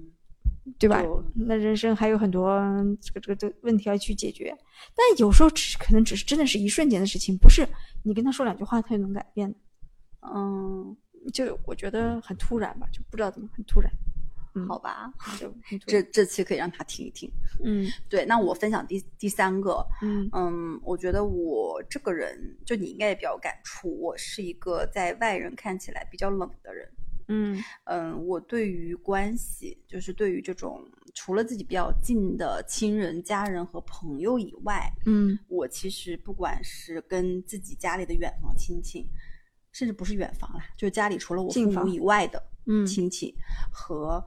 [SPEAKER 2] 对吧
[SPEAKER 1] 就？
[SPEAKER 2] 那人生还有很多这个这个这个问题要去解决，但有时候只可能只是真的是一瞬间的事情，不是你跟他说两句话他就能改变的。
[SPEAKER 1] 嗯，
[SPEAKER 2] 就我觉得很突然吧，就不知道怎么很突然，嗯
[SPEAKER 1] 好吧，
[SPEAKER 2] 就很突
[SPEAKER 1] 这
[SPEAKER 2] 然
[SPEAKER 1] 这期可以让他听一听。
[SPEAKER 2] 嗯
[SPEAKER 1] 对，那我分享第第三个，
[SPEAKER 2] 嗯
[SPEAKER 1] 嗯，我觉得我这个人，就你应该也比较有感触，我是一个在外人看起来比较冷的人。
[SPEAKER 2] 嗯
[SPEAKER 1] 嗯，我对于关系，就是对于这种除了自己比较近的亲人、家人和朋友以外，
[SPEAKER 2] 嗯
[SPEAKER 1] 我其实不管是跟自己家里的远房亲戚，甚至不是远房啦，就是家里除了我
[SPEAKER 2] 近
[SPEAKER 1] 父母
[SPEAKER 2] 房
[SPEAKER 1] 以外的
[SPEAKER 2] 嗯
[SPEAKER 1] 亲戚和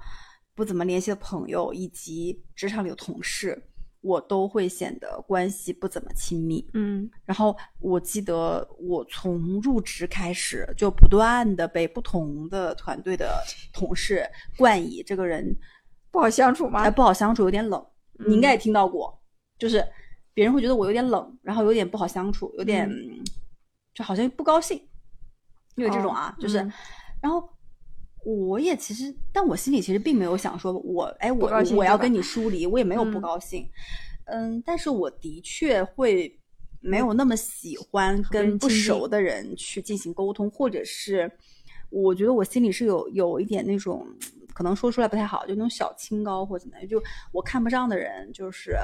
[SPEAKER 1] 不怎么联系的朋友，以及职场里的同事，我都会显得关系不怎么亲密。
[SPEAKER 2] 嗯
[SPEAKER 1] 然后我记得我从入职开始，就不断的被不同的团队的同事冠以这个人
[SPEAKER 2] 不好相处吗
[SPEAKER 1] 哎不好相处，有点冷。你应该也
[SPEAKER 2] 啊嗯
[SPEAKER 1] 听到过，就是别人会觉得我有点冷，然后有点不好相处，有点、
[SPEAKER 2] 嗯
[SPEAKER 1] 就好像不高兴，因为这种啊，
[SPEAKER 2] 哦
[SPEAKER 1] 就是，
[SPEAKER 2] 嗯
[SPEAKER 1] 然后我也其实，但我心里其实并没有想说我，哎，
[SPEAKER 2] 不
[SPEAKER 1] 我
[SPEAKER 2] 高兴
[SPEAKER 1] 我要
[SPEAKER 2] 对吧
[SPEAKER 1] 跟你疏离，我也没有不
[SPEAKER 2] 嗯
[SPEAKER 1] 高兴，嗯但是我的确会。没有那么喜欢
[SPEAKER 2] 嗯别人
[SPEAKER 1] 跟不
[SPEAKER 2] 亲近
[SPEAKER 1] 熟的人去进行沟通，或者是我觉得我心里是有有一点那种，可能说出来不太好，就那种小清高或者怎么样，就我看不上的人，就是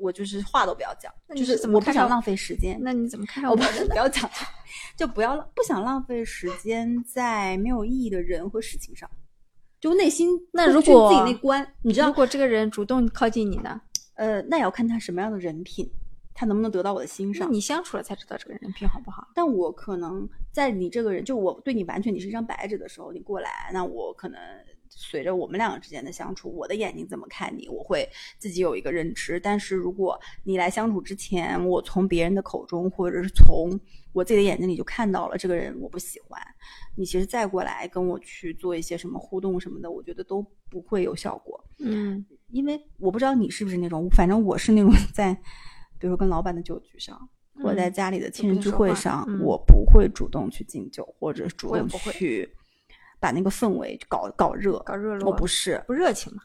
[SPEAKER 1] 我就是话都不要讲，
[SPEAKER 2] 那
[SPEAKER 1] 就
[SPEAKER 2] 你
[SPEAKER 1] 是
[SPEAKER 2] 是怎么
[SPEAKER 1] 我不
[SPEAKER 2] 看
[SPEAKER 1] 想
[SPEAKER 2] 上
[SPEAKER 1] 浪费时间。
[SPEAKER 2] 那你怎么看上
[SPEAKER 1] 我
[SPEAKER 2] 我
[SPEAKER 1] 哦不
[SPEAKER 2] 的
[SPEAKER 1] 不要讲，就不要浪不想浪费时间在没有意义的人和事情上，就内心
[SPEAKER 2] 那
[SPEAKER 1] 过不
[SPEAKER 2] 如
[SPEAKER 1] 去自己
[SPEAKER 2] 果
[SPEAKER 1] 那关，你知
[SPEAKER 2] 如
[SPEAKER 1] 道，
[SPEAKER 2] 果这个人主动靠近你呢？
[SPEAKER 1] 呃，那也要看他什么样的人品，他能不能得到我的欣
[SPEAKER 2] 那
[SPEAKER 1] 赏。
[SPEAKER 2] 你相处了才知道这个人人品好不好？
[SPEAKER 1] 但我可能在你这个人，就我对你完全你是一张白纸的时候，你过来，那我可能随着我们两个之间的相处，我的眼睛怎么看你，我会自己有一个认知。但是如果你来相处之前，我从别人的口中，或者是从我自己的眼睛里就看到了这个人我不喜欢，你其实再过来跟我去做一些什么互动什么的，我觉得都不会有效果。
[SPEAKER 2] 嗯
[SPEAKER 1] 因为我不知道你是不是那种，反正我是那种 在，比如说跟老板的酒局上，或者在
[SPEAKER 2] 嗯
[SPEAKER 1] 家里的亲
[SPEAKER 2] 不
[SPEAKER 1] 人
[SPEAKER 2] 能
[SPEAKER 1] 聚
[SPEAKER 2] 说
[SPEAKER 1] 会
[SPEAKER 2] 话
[SPEAKER 1] 上，
[SPEAKER 2] 嗯
[SPEAKER 1] 我不会主动去敬酒，或者主
[SPEAKER 2] 我也
[SPEAKER 1] 动
[SPEAKER 2] 不会
[SPEAKER 1] 去把那个氛围搞搞热。
[SPEAKER 2] 搞热络，
[SPEAKER 1] 我不是，
[SPEAKER 2] 不热情嘛？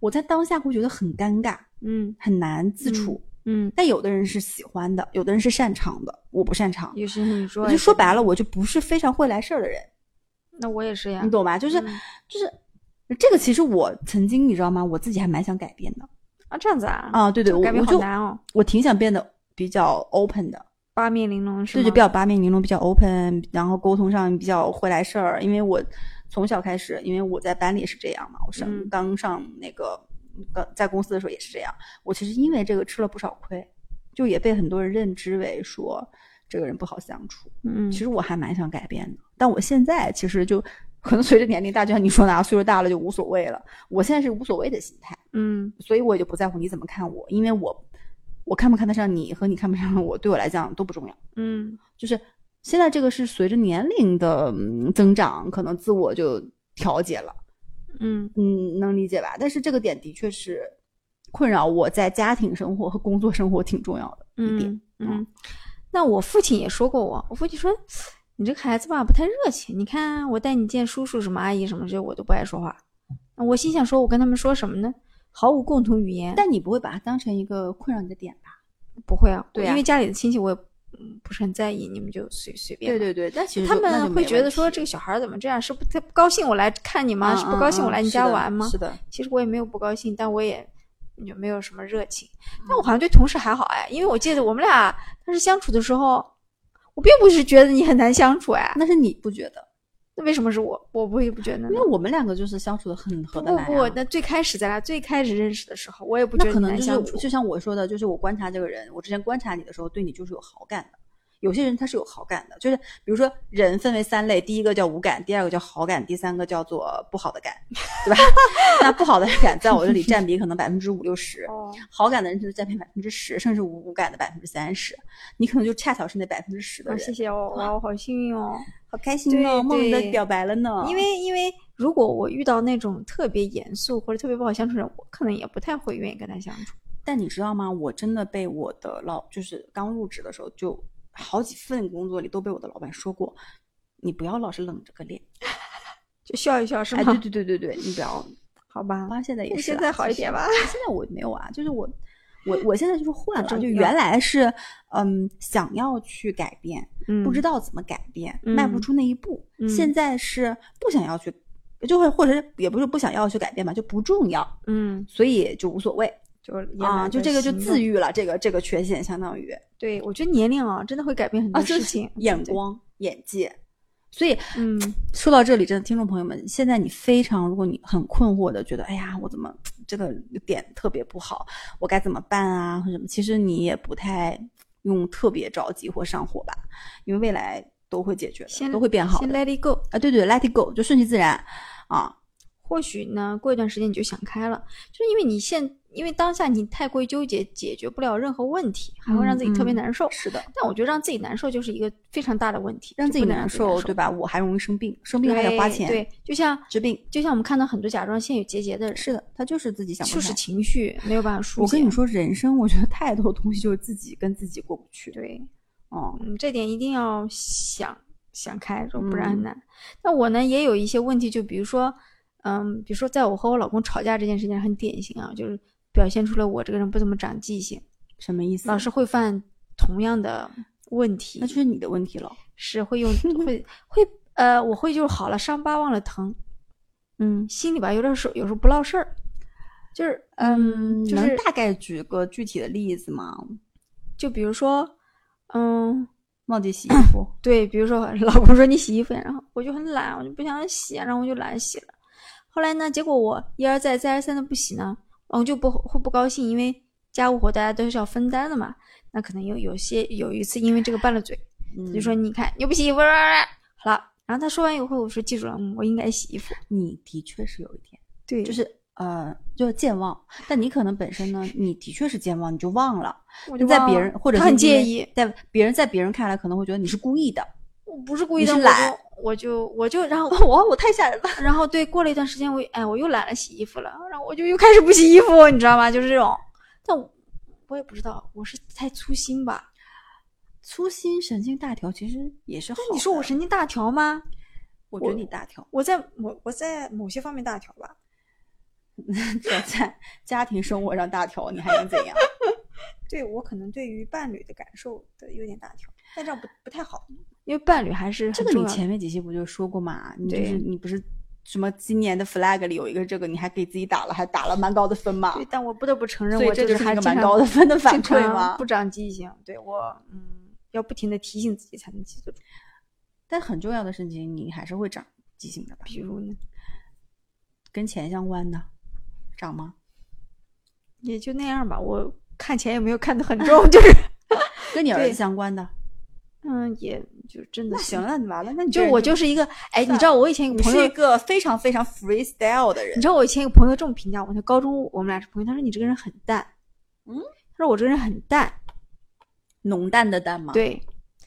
[SPEAKER 1] 我在当下会觉得很尴尬，
[SPEAKER 2] 嗯
[SPEAKER 1] 很难自处。
[SPEAKER 2] 嗯，
[SPEAKER 1] 但有的人是喜欢的，有的人是擅长的，我不擅长。
[SPEAKER 2] 有时候你说
[SPEAKER 1] 我就说白
[SPEAKER 2] 了，
[SPEAKER 1] 了，我就不是非常会来事儿的人。
[SPEAKER 2] 那我也是呀
[SPEAKER 1] 你。懂吧？就是、
[SPEAKER 2] 嗯
[SPEAKER 1] 就是这个，其实我曾经你知道吗？我自己还蛮想改变的
[SPEAKER 2] 啊，这样子啊？
[SPEAKER 1] 啊。对对，
[SPEAKER 2] 这
[SPEAKER 1] 我
[SPEAKER 2] 改变
[SPEAKER 1] 我
[SPEAKER 2] 好
[SPEAKER 1] 就
[SPEAKER 2] 难哦，
[SPEAKER 1] 我挺想变得比较 open 的，
[SPEAKER 2] 八面玲珑是
[SPEAKER 1] 对，
[SPEAKER 2] 吗？
[SPEAKER 1] 就比较八面玲珑，比较 open，然后沟通上比较会来事儿。因为我从小开始，因为我在班里是这样嘛，我上、
[SPEAKER 2] 嗯
[SPEAKER 1] 刚上那个刚在公司的时候也是这样。我其实因为这个吃了不少亏，就也被很多人认知为说这个人不好相处。
[SPEAKER 2] 嗯，
[SPEAKER 1] 其实我还蛮想改变的，但我现在其实就可能随着年龄大，就像你说的啊，岁数大了就无所谓了。我现在是无所谓的心态，
[SPEAKER 2] 嗯
[SPEAKER 1] 所以我也就不在乎你怎么看我，因为我我看不看得上你和你看不上我，对我来讲都不重要。
[SPEAKER 2] 嗯
[SPEAKER 1] 就是现在这个是随着年龄的嗯增长，可能自我就调节了，
[SPEAKER 2] 嗯
[SPEAKER 1] 嗯，能理解吧？但是这个点的确是困扰我在家庭生活和工作生活挺重要的一点。哦
[SPEAKER 2] 嗯嗯。那我父亲也说过我，我父亲说你这个孩子吧不太热情，你看我带你见叔叔什么阿姨什么这我都不爱说话。那我心想说，我跟他们说什么呢？毫无共同语言。
[SPEAKER 1] 但你不会把它当成一个困扰你的点吧？
[SPEAKER 2] 不会啊，
[SPEAKER 1] 对
[SPEAKER 2] 我
[SPEAKER 1] 呀
[SPEAKER 2] 因为家里的亲戚我也嗯不是很在意，你们就随随便吧。
[SPEAKER 1] 对，但其
[SPEAKER 2] 他们会觉得说这个小孩儿怎么这样？是不他不高兴我来看你
[SPEAKER 1] 啊
[SPEAKER 2] 吗？是不高兴我来你家玩吗？
[SPEAKER 1] 嗯是的，
[SPEAKER 2] 其实我也
[SPEAKER 1] 嗯
[SPEAKER 2] 没有不高兴，但我也也没有什么热情。
[SPEAKER 1] 嗯
[SPEAKER 2] 但我好像对同事还好哎，因为我记得我们俩当时相处的时候，我并不是觉得你很难相处哎。
[SPEAKER 1] 那是你不觉得？
[SPEAKER 2] 那为什么是我？我不会不觉得呢？
[SPEAKER 1] 因为我们两个就是相处的很合
[SPEAKER 2] 不
[SPEAKER 1] 得
[SPEAKER 2] 不
[SPEAKER 1] 来、啊。
[SPEAKER 2] 不，那最开始咱俩最开始认识的时候，我也不
[SPEAKER 1] 那
[SPEAKER 2] 觉得
[SPEAKER 1] 可
[SPEAKER 2] 你
[SPEAKER 1] 能就是
[SPEAKER 2] 难相
[SPEAKER 1] 我
[SPEAKER 2] 处。
[SPEAKER 1] 就像我说的，就是我观察这个人，我之前观察你的时候，对你就是有好感的。有些人他是有好感的，就是比如说人分为三类，第一个叫无感，第二个叫好感，第三个叫做不好的感，对吧？ 那不好的感在我这里占比可能百分之五六十，
[SPEAKER 2] 哦，
[SPEAKER 1] 好感的人甚至占比百分之十，甚至无无感的百分之三十，你可能就恰巧是那百分之十的
[SPEAKER 2] 啊
[SPEAKER 1] 人。
[SPEAKER 2] 谢谢哦，哇，我好幸运哦。
[SPEAKER 1] 好开心哦，
[SPEAKER 2] 对
[SPEAKER 1] 梦里的
[SPEAKER 2] 对
[SPEAKER 1] 表白了呢。
[SPEAKER 2] 因为因为如果我遇到那种特别严肃或者特别不好相处的人，我可能也不太会愿意跟他相处。
[SPEAKER 1] 但你知道吗？我真的被我的老，就是刚入职的时候，就好几份工作里都被我的老板说过，你不要老是冷着个脸。
[SPEAKER 2] 就笑一笑是吗？
[SPEAKER 1] 哎，对对对对对，你不要。
[SPEAKER 2] 好吧
[SPEAKER 1] 我，现在也
[SPEAKER 2] 那
[SPEAKER 1] 是啦，
[SPEAKER 2] 现在好一
[SPEAKER 1] 其
[SPEAKER 2] 点
[SPEAKER 1] 实
[SPEAKER 2] 吧？
[SPEAKER 1] 现在我没有啊，就是我，我我现在 就是换了，
[SPEAKER 2] 正
[SPEAKER 1] 就
[SPEAKER 2] 常
[SPEAKER 1] 原来是嗯想要去改变，
[SPEAKER 2] 嗯
[SPEAKER 1] 不知道怎么改变，
[SPEAKER 2] 嗯
[SPEAKER 1] 迈不出那一步。
[SPEAKER 2] 嗯
[SPEAKER 1] 现在是不想要去，就会或者是也不是不想要去改变吧，就不重要，
[SPEAKER 2] 嗯，
[SPEAKER 1] 所以就无所谓
[SPEAKER 2] 就也
[SPEAKER 1] 啊，
[SPEAKER 2] 懒
[SPEAKER 1] 就
[SPEAKER 2] 得
[SPEAKER 1] 这个就
[SPEAKER 2] 行
[SPEAKER 1] 自
[SPEAKER 2] 动。
[SPEAKER 1] 愈了，这个这个缺陷相当于。
[SPEAKER 2] 对，我觉得年龄啊，真的会改变很
[SPEAKER 1] 啊，
[SPEAKER 2] 多
[SPEAKER 1] 就
[SPEAKER 2] 事
[SPEAKER 1] 是
[SPEAKER 2] 情。
[SPEAKER 1] 眼
[SPEAKER 2] 对，
[SPEAKER 1] 光、眼界。所以
[SPEAKER 2] 嗯，
[SPEAKER 1] 说到这里，真的听众朋友们，现在你非常，如果你很困惑的觉得，哎呀，我怎么这个点特别不好，我该怎么办啊，或者什么？其实你也不太用特别着急或上火吧，因为未来都会解决的，
[SPEAKER 2] 先
[SPEAKER 1] 都会变好
[SPEAKER 2] 先
[SPEAKER 1] 的。
[SPEAKER 2] let it go。
[SPEAKER 1] 啊，对对，let it go，就顺其自然啊。
[SPEAKER 2] 或许呢，过一段时间你就想开了，就是因为你现，因为当下你太过于纠结，解决不了任何问题，还会让自己特别
[SPEAKER 1] 嗯嗯
[SPEAKER 2] 难受。
[SPEAKER 1] 是的，
[SPEAKER 2] 但我觉得让自己难受就是一个非常大的问题，
[SPEAKER 1] 让
[SPEAKER 2] 就
[SPEAKER 1] 自己
[SPEAKER 2] 不能
[SPEAKER 1] 难受，对吧？我还容易生病，生病还得花
[SPEAKER 2] 对
[SPEAKER 1] 钱，
[SPEAKER 2] 对，就像
[SPEAKER 1] 治病。
[SPEAKER 2] 就像我们看到很多甲状腺有结节的人，
[SPEAKER 1] 是的，他就是自己想不
[SPEAKER 2] 就是
[SPEAKER 1] 开。
[SPEAKER 2] 情绪没有办法疏
[SPEAKER 1] 我
[SPEAKER 2] 解。
[SPEAKER 1] 跟你，说，人生我觉得太多东西就是自己跟自己过不去。
[SPEAKER 2] 对，
[SPEAKER 1] 哦，
[SPEAKER 2] 嗯，这点一定要想想开，就不然
[SPEAKER 1] 嗯
[SPEAKER 2] 很难。那我呢也有一些问题，就比如说，嗯，比如说在我和我老公吵架这件事情很典型啊，就是表现出了我这个人不怎么长记性，
[SPEAKER 1] 什么意思？
[SPEAKER 2] 老是会犯同样的问题
[SPEAKER 1] 那，就是你的问题了。
[SPEAKER 2] 是会用会会呃，我会就是好了伤疤忘了疼，
[SPEAKER 1] 嗯
[SPEAKER 2] 心里吧有点事，有时候不落事儿，就是嗯，就
[SPEAKER 1] 能
[SPEAKER 2] 是
[SPEAKER 1] 大概举个具体的例子吗？
[SPEAKER 2] 就比如说，嗯，
[SPEAKER 1] 忘记洗衣服，
[SPEAKER 2] 对，比如说 老公说你洗衣服呀，然后我就很懒，我就不想洗，啊然后我就懒得洗了。后来呢，结果我一而再再而三的不洗呢，我就不会不高兴，因为家务活大家都是要分担的嘛。那可能有有些有一次因为这个拌了嘴，
[SPEAKER 1] 嗯
[SPEAKER 2] 就说你看你又不洗衣服，好了。然后他说完以后，我说记住了，嗯，我应该洗衣服。
[SPEAKER 1] 你的确是有一点，
[SPEAKER 2] 对，
[SPEAKER 1] 就
[SPEAKER 2] 就是
[SPEAKER 1] 是呃，就是健忘。但你可能本 身呢，你的确是健忘，你就忘了。
[SPEAKER 2] 我就
[SPEAKER 1] 在
[SPEAKER 2] 忘
[SPEAKER 1] 别
[SPEAKER 2] 了
[SPEAKER 1] 人或者
[SPEAKER 2] 他
[SPEAKER 1] 是
[SPEAKER 2] 很
[SPEAKER 1] 因
[SPEAKER 2] 介
[SPEAKER 1] 为
[SPEAKER 2] 意，
[SPEAKER 1] 在别人在别人看来可能会觉得你是故意的。
[SPEAKER 2] 我不是故意
[SPEAKER 1] 你
[SPEAKER 2] 的，
[SPEAKER 1] 是
[SPEAKER 2] 我
[SPEAKER 1] 懒
[SPEAKER 2] 就我就 我就然后
[SPEAKER 1] 我我太吓人了。
[SPEAKER 2] 然后对，过了一段时间我，哎，我又懒得洗衣服了，然后我就又开始不洗衣服，你知道吗？就是这种，但我我也不知道，我是太粗心吧？
[SPEAKER 1] 粗心神经大条其实也是好的。
[SPEAKER 2] 那你说我神经大条吗？
[SPEAKER 1] 我觉得
[SPEAKER 2] 我
[SPEAKER 1] 你大条，
[SPEAKER 2] 我在我我在某些方面大条吧，
[SPEAKER 1] 只要在家庭生活上大条，你还能怎样？
[SPEAKER 2] 对我可能对于伴侣的感受的有点大条， 但这样不不太好，因为伴侣还是
[SPEAKER 1] 这
[SPEAKER 2] 很
[SPEAKER 1] 个
[SPEAKER 2] 重
[SPEAKER 1] 你
[SPEAKER 2] 要的。
[SPEAKER 1] 前面几期不就说过嘛？你就
[SPEAKER 2] 对
[SPEAKER 1] 是你不是什么今年的 flag 里有一个这个，你还给自己打了，还打了蛮高的分嘛？
[SPEAKER 2] 对，但我不得不承认，
[SPEAKER 1] 所以
[SPEAKER 2] 我
[SPEAKER 1] 这
[SPEAKER 2] 就
[SPEAKER 1] 就是
[SPEAKER 2] 还
[SPEAKER 1] 一个
[SPEAKER 2] 经
[SPEAKER 1] 蛮
[SPEAKER 2] 常
[SPEAKER 1] 高的分的反
[SPEAKER 2] 经
[SPEAKER 1] 馈
[SPEAKER 2] 常
[SPEAKER 1] 吗
[SPEAKER 2] 不？长记性，对我嗯，要不停的提醒自己才能记得住。
[SPEAKER 1] 但很重要的事情，你还是会长记性的吧？
[SPEAKER 2] 比如呢，
[SPEAKER 1] 跟钱相关的，长吗？
[SPEAKER 2] 也 就那样吧，我看钱也没有看得很重，就是。
[SPEAKER 1] 跟你儿
[SPEAKER 2] 对
[SPEAKER 1] 子相关的，
[SPEAKER 2] 嗯，也就真的
[SPEAKER 1] 那
[SPEAKER 2] 是
[SPEAKER 1] 行，，那你完了，那你
[SPEAKER 2] 就
[SPEAKER 1] 这人
[SPEAKER 2] 我就是一个，哎，你知道我以前有
[SPEAKER 1] 你
[SPEAKER 2] 个朋
[SPEAKER 1] 是
[SPEAKER 2] 友
[SPEAKER 1] 一，个非常非常 freestyle 的人
[SPEAKER 2] 你，知道我以前有个朋友这么评价我，他高中我们俩是朋友，他说你这个人很淡，
[SPEAKER 1] 嗯，
[SPEAKER 2] 他说我这个人很淡，
[SPEAKER 1] 浓淡的淡吗？，
[SPEAKER 2] 对，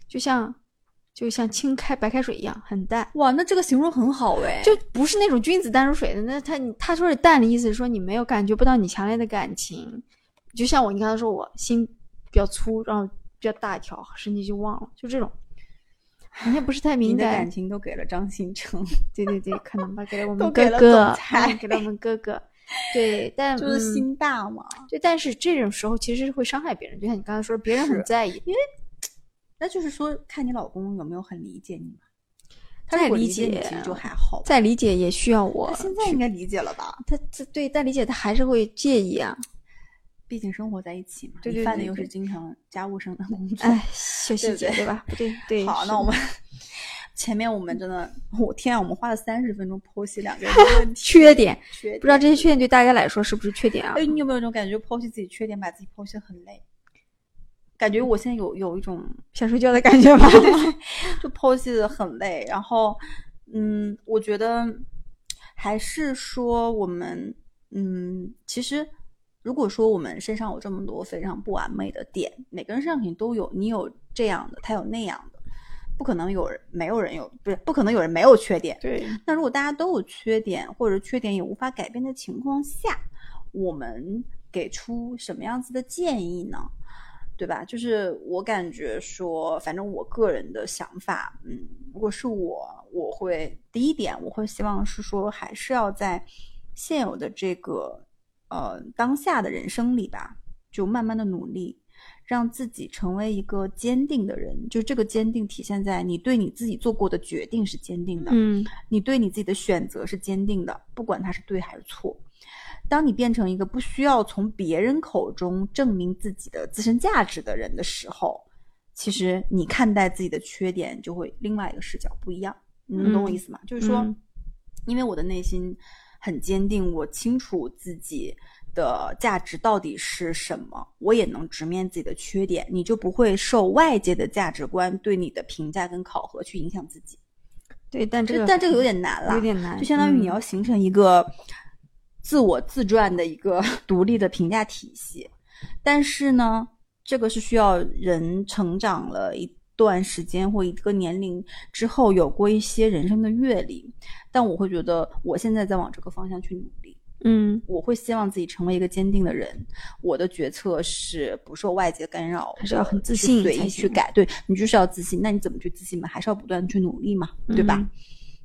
[SPEAKER 2] 就像就像清开白开水一样，很淡。
[SPEAKER 1] 哇，那这个形容很好哎，
[SPEAKER 2] 就不是那种君子淡如水的。那他他说是淡的意思，是说你没有感觉不到你强烈的感情。就像我，你刚才说我心比较粗，然后比较大条，身体就忘了，就这种。人家不是太
[SPEAKER 1] 你
[SPEAKER 2] 敏
[SPEAKER 1] 的感
[SPEAKER 2] 感，
[SPEAKER 1] 情都给了张新成，
[SPEAKER 2] 对对对，可能吧，给了我
[SPEAKER 1] 都
[SPEAKER 2] 们
[SPEAKER 1] 给
[SPEAKER 2] 哥
[SPEAKER 1] 了
[SPEAKER 2] 哥
[SPEAKER 1] 总，裁
[SPEAKER 2] 嗯给了我们哥哥。对，但
[SPEAKER 1] 就是
[SPEAKER 2] 嗯
[SPEAKER 1] 心大嘛。
[SPEAKER 2] 对，但是这种时候其实是会伤害别人，就像你刚才说，别人
[SPEAKER 1] 是
[SPEAKER 2] 很在意，
[SPEAKER 1] 那就是说，看你老公有没有很理解你嘛。他
[SPEAKER 2] 在
[SPEAKER 1] 如果
[SPEAKER 2] 理
[SPEAKER 1] 理解啊你，
[SPEAKER 2] 解
[SPEAKER 1] 其实就还好吧。
[SPEAKER 2] 再理解也需要我
[SPEAKER 1] 他。现在应该理解了吧？
[SPEAKER 2] 他他对，但理解他还是会介意啊。
[SPEAKER 1] 毕竟生活在一起嘛，
[SPEAKER 2] 对
[SPEAKER 1] 你
[SPEAKER 2] 对
[SPEAKER 1] 犯的
[SPEAKER 2] 对
[SPEAKER 1] 又
[SPEAKER 2] 对
[SPEAKER 1] 是经常家务上的工作。
[SPEAKER 2] 哎，小细
[SPEAKER 1] 对不
[SPEAKER 2] 节
[SPEAKER 1] 对
[SPEAKER 2] 对吧？不 对对。
[SPEAKER 1] 好，
[SPEAKER 2] 是
[SPEAKER 1] 那
[SPEAKER 2] 的
[SPEAKER 1] 我 们前面我们真的，我天啊，我们花了三十分钟剖析两个人的问题
[SPEAKER 2] 缺点，
[SPEAKER 1] 缺点，
[SPEAKER 2] 不知道这些缺点对大家来说是不是缺点啊？
[SPEAKER 1] 哎，你有没有一种感觉，剖析自己缺点，把自己剖析得很累？感觉我现在有有一种
[SPEAKER 2] 想睡觉的感 觉吧？
[SPEAKER 1] 就剖析的很累，然后，嗯，我觉得还是说我们，嗯，其实如果说我们身上有这么多非常不完美的点，每个人身上肯定都有，你有这样的，他有那样的，不可能有人没有人有，不是不可能有人没有缺点，
[SPEAKER 2] 对，
[SPEAKER 1] 那如果大家都有缺点，或者缺点也无法改变的情况下，我们给出什么样子的建议呢？对吧？就是我感觉说，反正我个人的想法，嗯，如果是我，我会第一点，我会希望是说，还是要在现有的这个呃当下的人生里吧，就慢慢的努力，让自己成为一个坚定的人。就这个坚定体现在你对你自己做过的决定是坚定的，
[SPEAKER 2] 嗯，
[SPEAKER 1] 你对你自己的选择是坚定的，不管它是对还是错。当你变成一个不需要从别人口中证明自己的自身价值的人的时候，其实你看待自己的缺点就会另外一个视角不一样。你能懂我
[SPEAKER 2] 嗯
[SPEAKER 1] 意思吗？就是说
[SPEAKER 2] 嗯，
[SPEAKER 1] 因为我的内心很坚定，我清楚自己的价值到底是什么，我也能直面自己的缺点，你就不会受外界的价值观对你的评价跟考核去影响自己。
[SPEAKER 2] 对，但这
[SPEAKER 1] 这
[SPEAKER 2] 个
[SPEAKER 1] 但这个有点难了，
[SPEAKER 2] 有点难，
[SPEAKER 1] 就相当于你
[SPEAKER 2] 嗯
[SPEAKER 1] 要形成一个自我自传的一 个独立的评价体系。但是呢，这个是需要人成长了一段时间或一个年龄之后，有过一些人生的阅历。但我会觉得，我现在在往这个方向去努力。
[SPEAKER 2] 嗯，
[SPEAKER 1] 我会希望自己成为一个坚定的人，我的决策是不受外界干扰的，
[SPEAKER 2] 还是要很自信
[SPEAKER 1] 去随
[SPEAKER 2] 才
[SPEAKER 1] 意
[SPEAKER 2] 行啊
[SPEAKER 1] 去改。对你就是要自信，那你怎么去自信嘛？还是要不断地去努力嘛，对吧？
[SPEAKER 2] 嗯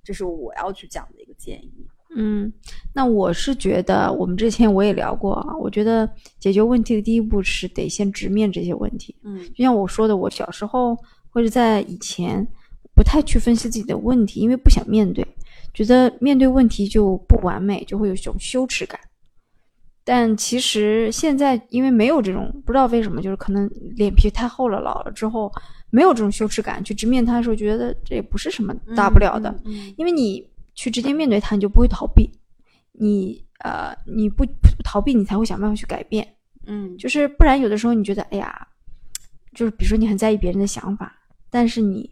[SPEAKER 1] 这是我要去讲的一个建议。
[SPEAKER 2] 嗯，那我是觉得，我们之前我也聊过啊，我觉得解决问题的第一步是得先直面这些问题。
[SPEAKER 1] 嗯
[SPEAKER 2] 就像我说的，我小时候或者在以前不太去分析自己的问题，因为不想面对，觉得面对问题就不完美，就会有一种羞耻感。但其实现在因为没有这种，不知道为什么，就是可能脸皮太厚了，老了之后没有这种羞耻感，去直面它的时候，觉得这也不是什么大不了的。
[SPEAKER 1] 嗯
[SPEAKER 2] 因为你去直接面对它，你就不会逃避，你呃，你不不逃避，你才会想办法去改变。
[SPEAKER 1] 嗯，就
[SPEAKER 2] 就是不然，有的时候你觉得，哎呀，就是比如说你很在意别人的想法，但是你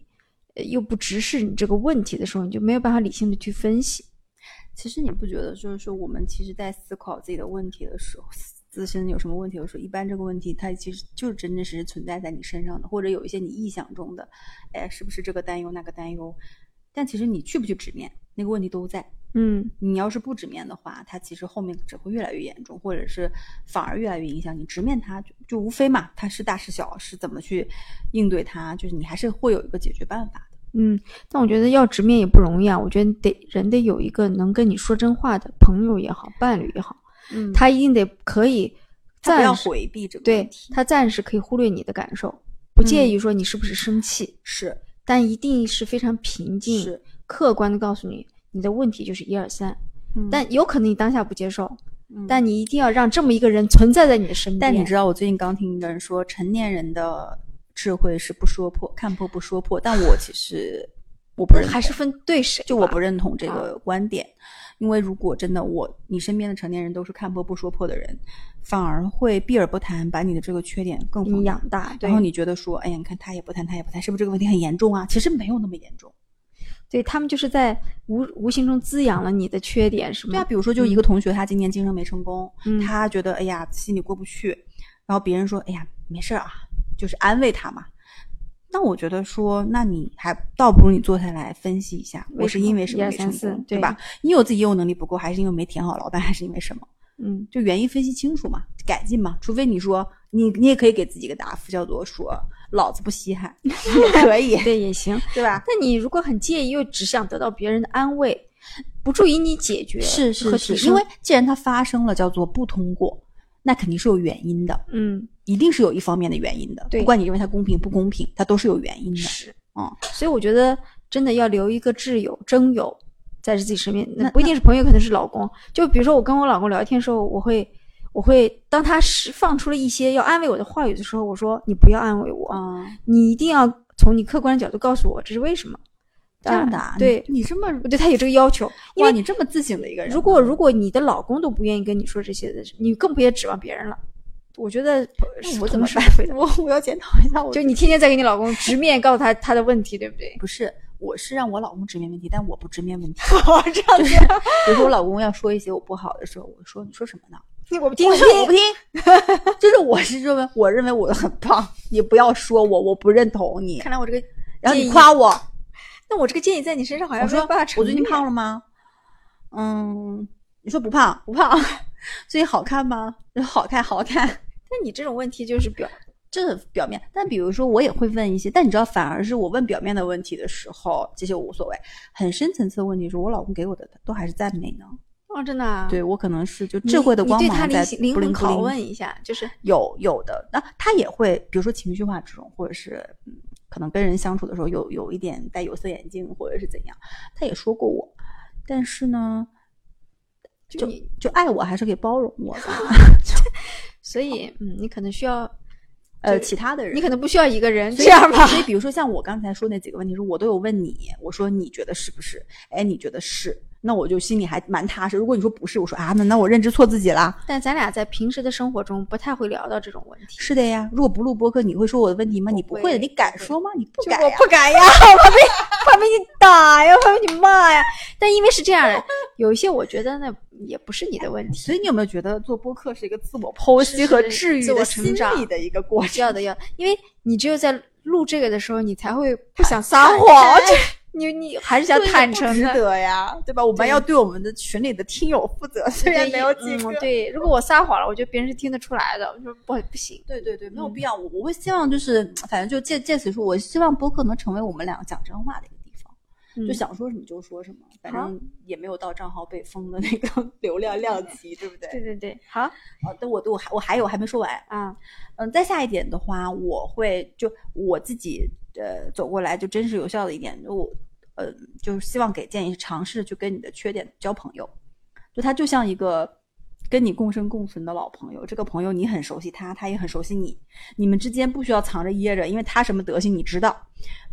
[SPEAKER 2] 呃又不直视你这个问题的时候，你就没有办法理性的去分析。
[SPEAKER 1] 其实你不觉得，就是说我们其实在思考自己的问题的时候，自身有什么问题的时候，一般这个问题它其实就是真真实实存在在你身上的，或者有一些你臆想中的，哎，是不是这个担忧那个担忧？但其实你去不去直面那个问题都在。
[SPEAKER 2] 嗯，
[SPEAKER 1] 你要是不直面的话，它其实后面只会越来越严重，或者是反而越来越影响你。直面它就就无非嘛，它是大是小，是怎么去应对它，就是你还是会有一个解决办法的。
[SPEAKER 2] 嗯，但我觉得要直面也不容易啊。我觉得得人得有一个能跟你说真话的朋友也好，伴侣也好，
[SPEAKER 1] 嗯他
[SPEAKER 2] 他一定得可以
[SPEAKER 1] 他不要
[SPEAKER 2] 暂时
[SPEAKER 1] 回避这个问
[SPEAKER 2] 对
[SPEAKER 1] 题，
[SPEAKER 2] 他暂时可以忽略你的感受，不介
[SPEAKER 1] 嗯
[SPEAKER 2] 意说你是不是生气，
[SPEAKER 1] 是
[SPEAKER 2] 但一定是非常平静
[SPEAKER 1] 是、，
[SPEAKER 2] 客观的告诉你你的问题就是一二三。
[SPEAKER 1] 嗯
[SPEAKER 2] 但有可能你当下不接受，
[SPEAKER 1] 嗯
[SPEAKER 2] 但你一定要让这么一个人存在在你的身边。
[SPEAKER 1] 但你知道，我最近刚听一个人说， 成年人的智慧是不说破，看破不说破。但我其实我不认同
[SPEAKER 2] 还是分啊对谁吧，
[SPEAKER 1] 就我不认同这个观点，因为如果真的我你身边的成年人都是看破不说破的人，反而会避而不谈，把你的这个缺点更放
[SPEAKER 2] 你
[SPEAKER 1] 大
[SPEAKER 2] 养大，对
[SPEAKER 1] 然后你觉得说，哎呀，你看他也不谈，他也不谈，是不是这个问题很严重啊？其实没有那么严重。
[SPEAKER 2] 对他们就是在无无形中滋养了你的缺点，是吗？
[SPEAKER 1] 对啊，比如说就一个同学，他今年晋升没成功，
[SPEAKER 2] 嗯
[SPEAKER 1] 他觉得哎呀心里过不去，然后别人说哎呀没事儿啊，就是安慰他嘛。那我觉得说，那你还倒不如你坐下来分析一下，
[SPEAKER 2] 为
[SPEAKER 1] 我是
[SPEAKER 2] 什么
[SPEAKER 1] 因为什
[SPEAKER 2] 一
[SPEAKER 1] 么
[SPEAKER 2] 二
[SPEAKER 1] 没成
[SPEAKER 2] 三四
[SPEAKER 1] 功，
[SPEAKER 2] 对
[SPEAKER 1] 对吧？你有自己业务能力不够，还是因为没填好老板，还是因为什么？
[SPEAKER 2] 嗯，
[SPEAKER 1] 就原因分析清楚嘛，改进嘛。除非你说你，你也可以给自己一个答复，叫做说老子不稀 罕，也可以，
[SPEAKER 2] 对也行。
[SPEAKER 1] 对吧？
[SPEAKER 2] 那你如果很介意，又只想得到别人的安慰，不注意你解决
[SPEAKER 1] 是是
[SPEAKER 2] 和
[SPEAKER 1] 是
[SPEAKER 2] 提，
[SPEAKER 1] 因
[SPEAKER 2] 升
[SPEAKER 1] 为既然它发生了，叫做不通过，那肯定是有原因的，
[SPEAKER 2] 嗯
[SPEAKER 1] 一定是有一方面的原因的。
[SPEAKER 2] 对
[SPEAKER 1] 不管你认为它公平不公平，它都是有原因的。
[SPEAKER 2] 是
[SPEAKER 1] 嗯，
[SPEAKER 2] 所以我觉得真的要留一个挚友、真友在自己身边，那
[SPEAKER 1] 那
[SPEAKER 2] 不一定是朋友，可能是老公。就比如说我跟我老公聊天的时候，我会。我会当他释放出了一些要安慰我的话语的时候，我说：“你不要安慰我，
[SPEAKER 1] 嗯，
[SPEAKER 2] 你一定要从你客观的角度告诉我这是为什么。”
[SPEAKER 1] 这样的、啊，
[SPEAKER 2] 呃对
[SPEAKER 1] 你你这么，
[SPEAKER 2] 我对他有这个要求，因
[SPEAKER 1] 哇，
[SPEAKER 2] 为
[SPEAKER 1] 你这么自省的一个人，
[SPEAKER 2] 如果如果你的老公都不愿意跟你说这些的，你更别指望别人了。我觉得
[SPEAKER 1] 那
[SPEAKER 2] 是
[SPEAKER 1] 我怎么
[SPEAKER 2] 同事
[SPEAKER 1] 办？ 我我要检讨一下我
[SPEAKER 2] 就你天天在给你老公直面告诉他他的问题，对不对？
[SPEAKER 1] 不是，我是让我老公直面问题，但我不直面 问题。
[SPEAKER 2] 这样子，
[SPEAKER 1] 比如说我老公要说一些我不好的时候，我说你说什么呢？
[SPEAKER 2] 我不听，
[SPEAKER 1] 我说我不听， 就是我是认为我认为我很棒，你不要说我，我不认同你
[SPEAKER 2] 看，来我这个，
[SPEAKER 1] 然后你
[SPEAKER 2] 建议
[SPEAKER 1] 夸我，
[SPEAKER 2] 那我这个建议在你身上好像
[SPEAKER 1] 我
[SPEAKER 2] 没
[SPEAKER 1] 说
[SPEAKER 2] 有办法
[SPEAKER 1] 我最近
[SPEAKER 2] 成立啊
[SPEAKER 1] 胖了吗？嗯，你说不胖不胖， 最近好看吗？好看好看，
[SPEAKER 2] 那你这种问题就是表，
[SPEAKER 1] 这表面。但比如说我也会问一些，但你知道，反而是我问表面的问题的时候，这些我无所谓。很深层次的问题是我老公给我的都还是赞美呢。
[SPEAKER 2] 哦，真的、啊，
[SPEAKER 1] 对我可能是就
[SPEAKER 2] 你，
[SPEAKER 1] 智慧的光
[SPEAKER 2] 你对他
[SPEAKER 1] 芒
[SPEAKER 2] 灵
[SPEAKER 1] 在
[SPEAKER 2] 性灵
[SPEAKER 1] 不灵不
[SPEAKER 2] 魂
[SPEAKER 1] 灵
[SPEAKER 2] 拷问一下，就是
[SPEAKER 1] 有有的，那他也会，比如说情绪化这种，或者是嗯，可能跟人相处的时候有有一点戴有色眼镜，或者是怎样，他也说过我，但是呢，
[SPEAKER 2] 就你，
[SPEAKER 1] 就爱我还是可以包容我 吧。
[SPEAKER 2] 所以嗯，你可能需要，
[SPEAKER 1] 呃，
[SPEAKER 2] 就
[SPEAKER 1] 其他的人，
[SPEAKER 2] 你可能不需要一个人
[SPEAKER 1] 所
[SPEAKER 2] 这
[SPEAKER 1] 以
[SPEAKER 2] 样吧。
[SPEAKER 1] 所以比如说像我刚才说那几个问题，是我都有问你，我说你觉得是不是？哎，你觉得是，那我就心里还蛮踏实。如果你说不是，我说啊，那那我认知错自己啦。
[SPEAKER 2] 但咱俩在平时的生活中不太会聊到这种问题，
[SPEAKER 1] 是的呀，如果不录播客，你会说我的问题吗？你不
[SPEAKER 2] 会
[SPEAKER 1] 会的，你
[SPEAKER 2] 不
[SPEAKER 1] 敢
[SPEAKER 2] 会
[SPEAKER 1] 说吗？你不
[SPEAKER 2] 就
[SPEAKER 1] 敢
[SPEAKER 2] 我
[SPEAKER 1] 呀
[SPEAKER 2] 不敢呀，我怕被怕被你打呀， 怕被你骂呀。但因为是这样的，有一些我觉得呢也不是你的问题，
[SPEAKER 1] 所以你有没有觉得做播客是一个自我剖
[SPEAKER 2] 是
[SPEAKER 1] 析和
[SPEAKER 2] 是
[SPEAKER 1] 治愈
[SPEAKER 2] 自我
[SPEAKER 1] 的
[SPEAKER 2] 成
[SPEAKER 1] 心
[SPEAKER 2] 长
[SPEAKER 1] 理的一个过程？
[SPEAKER 2] 要的要，因为你只有在录这个的时候，你才会不想撒谎，就你你还是想
[SPEAKER 1] 对
[SPEAKER 2] 坦
[SPEAKER 1] 不
[SPEAKER 2] 诚
[SPEAKER 1] 值
[SPEAKER 2] 的。
[SPEAKER 1] 得呀，对吧？我们
[SPEAKER 2] 对
[SPEAKER 1] 要对我们的群里的听友负责，虽然没有几个
[SPEAKER 2] 嗯。对，如果我撒谎了，我觉得别人是听得出来的。我说不不行，
[SPEAKER 1] 对对对，没有
[SPEAKER 2] 嗯
[SPEAKER 1] 必要。我我会希望就是，反正就借借此说，我希望播客能成为我们两个讲真话的一个地方，就
[SPEAKER 2] 嗯
[SPEAKER 1] 想说什么就说什么，反
[SPEAKER 2] 好
[SPEAKER 1] 正也没有到账号被封的那个 流量量级，对不对？
[SPEAKER 2] 对对对，好
[SPEAKER 1] 哦，但我对我还我还有还没说完，
[SPEAKER 2] 啊，
[SPEAKER 1] 嗯，再下一点的话，我会就我自己呃走过来就真实有效的一点，就我呃就是希望给建议是尝试去跟你的缺点交朋友，就他就像一个跟你共生共存的老朋友，这个朋友你很熟悉他，他也很熟悉你，你们之间不需要藏着掖着，因为他什么德行你知道。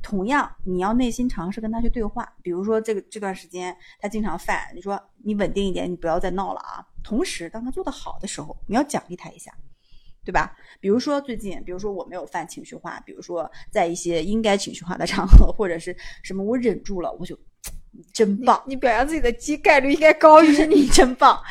[SPEAKER 1] 同样，你要内心尝试跟他去对话，比如说这个这段时间他经常犯，你说你稳定一点，你不要再闹了啊。同时，当他做得好的时候，你要奖励他一下。对吧？比如说最近，比如说我没有犯情绪化，比如说在一些应该情绪化的场合，或者是什么，我忍住了，我就你真棒，
[SPEAKER 2] 你表扬自己的机概率应该 高于你。
[SPEAKER 1] 你真棒。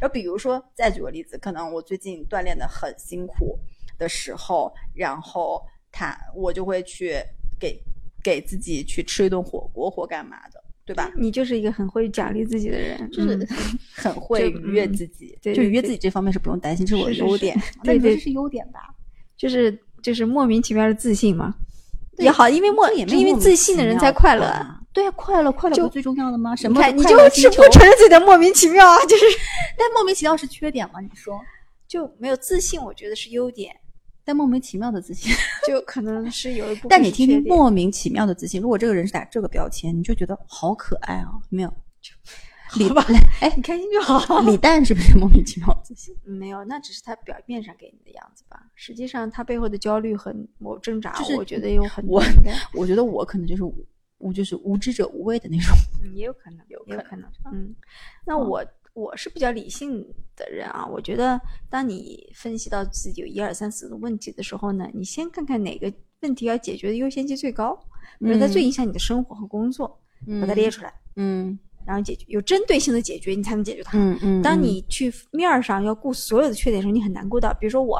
[SPEAKER 1] 然后比如说，再举个例子，可能我最近锻炼的很辛苦的时候，然后他我就会去给给自己去吃一顿火锅或干嘛的，对吧？
[SPEAKER 2] 你就是一个很会奖励自己的人，
[SPEAKER 1] 就是
[SPEAKER 2] 嗯
[SPEAKER 1] 很会
[SPEAKER 2] 就
[SPEAKER 1] 愉悦
[SPEAKER 2] 嗯
[SPEAKER 1] 自己，
[SPEAKER 2] 对
[SPEAKER 1] 就
[SPEAKER 2] 对
[SPEAKER 1] 愉悦
[SPEAKER 2] 对
[SPEAKER 1] 自己这方面是不用担心，这是我的
[SPEAKER 2] 是是
[SPEAKER 1] 优
[SPEAKER 2] 是
[SPEAKER 1] 点。那
[SPEAKER 2] 对
[SPEAKER 1] 你说
[SPEAKER 2] 对
[SPEAKER 1] 这是优点吧？
[SPEAKER 2] 就是就是莫名其妙的自信嘛，
[SPEAKER 1] 对
[SPEAKER 2] 也好，因为莫
[SPEAKER 1] 这也没有
[SPEAKER 2] 因为
[SPEAKER 1] 莫名
[SPEAKER 2] 自
[SPEAKER 1] 其
[SPEAKER 2] 信的人
[SPEAKER 1] 妙
[SPEAKER 2] 才快乐啊。
[SPEAKER 1] 吧。对呀、快乐快乐
[SPEAKER 2] 就
[SPEAKER 1] 不是最重要的吗？什
[SPEAKER 2] 你
[SPEAKER 1] 么
[SPEAKER 2] 看，
[SPEAKER 1] 都
[SPEAKER 2] 你
[SPEAKER 1] 快
[SPEAKER 2] 就
[SPEAKER 1] 乐
[SPEAKER 2] 是
[SPEAKER 1] 星
[SPEAKER 2] 不
[SPEAKER 1] 球
[SPEAKER 2] 承认自己的莫名其妙啊，就是
[SPEAKER 1] 但莫名其妙是缺点吗？你说，
[SPEAKER 2] 就没有自信，我觉得是优点，
[SPEAKER 1] 但莫名其妙的自信，
[SPEAKER 2] 就可能是有一 部分。
[SPEAKER 1] 但你听听，莫名其妙的自信，如果这个人是打这个标签，你就觉得好可爱啊，有没 有？李吧，哎，
[SPEAKER 2] 你开心就好。
[SPEAKER 1] 李诞是不是 莫名其妙的自信？
[SPEAKER 2] 嗯没有，那只是他表面上给你的样子吧，实际上他背后的焦虑和我挣扎，
[SPEAKER 1] 就是
[SPEAKER 2] 我觉得有很
[SPEAKER 1] 我
[SPEAKER 2] 应该
[SPEAKER 1] 我觉得我可能就是无就是无知者无畏的那种。
[SPEAKER 2] 嗯，也有可能，有
[SPEAKER 1] 可能
[SPEAKER 2] 可能。嗯，那我我是比较理性的人啊，我觉得当你分析到自己有一二三四的问题的时候呢，你先看看哪个问题要解决的优先级最高，比如它最影响你的生活和工作，把它列出来，
[SPEAKER 1] 嗯
[SPEAKER 2] 然后解决，有针对性的解决，你才能解决它。
[SPEAKER 1] 嗯嗯。
[SPEAKER 2] 当你去面儿上要顾所有的缺点的时候，你很难顾到。比如说我，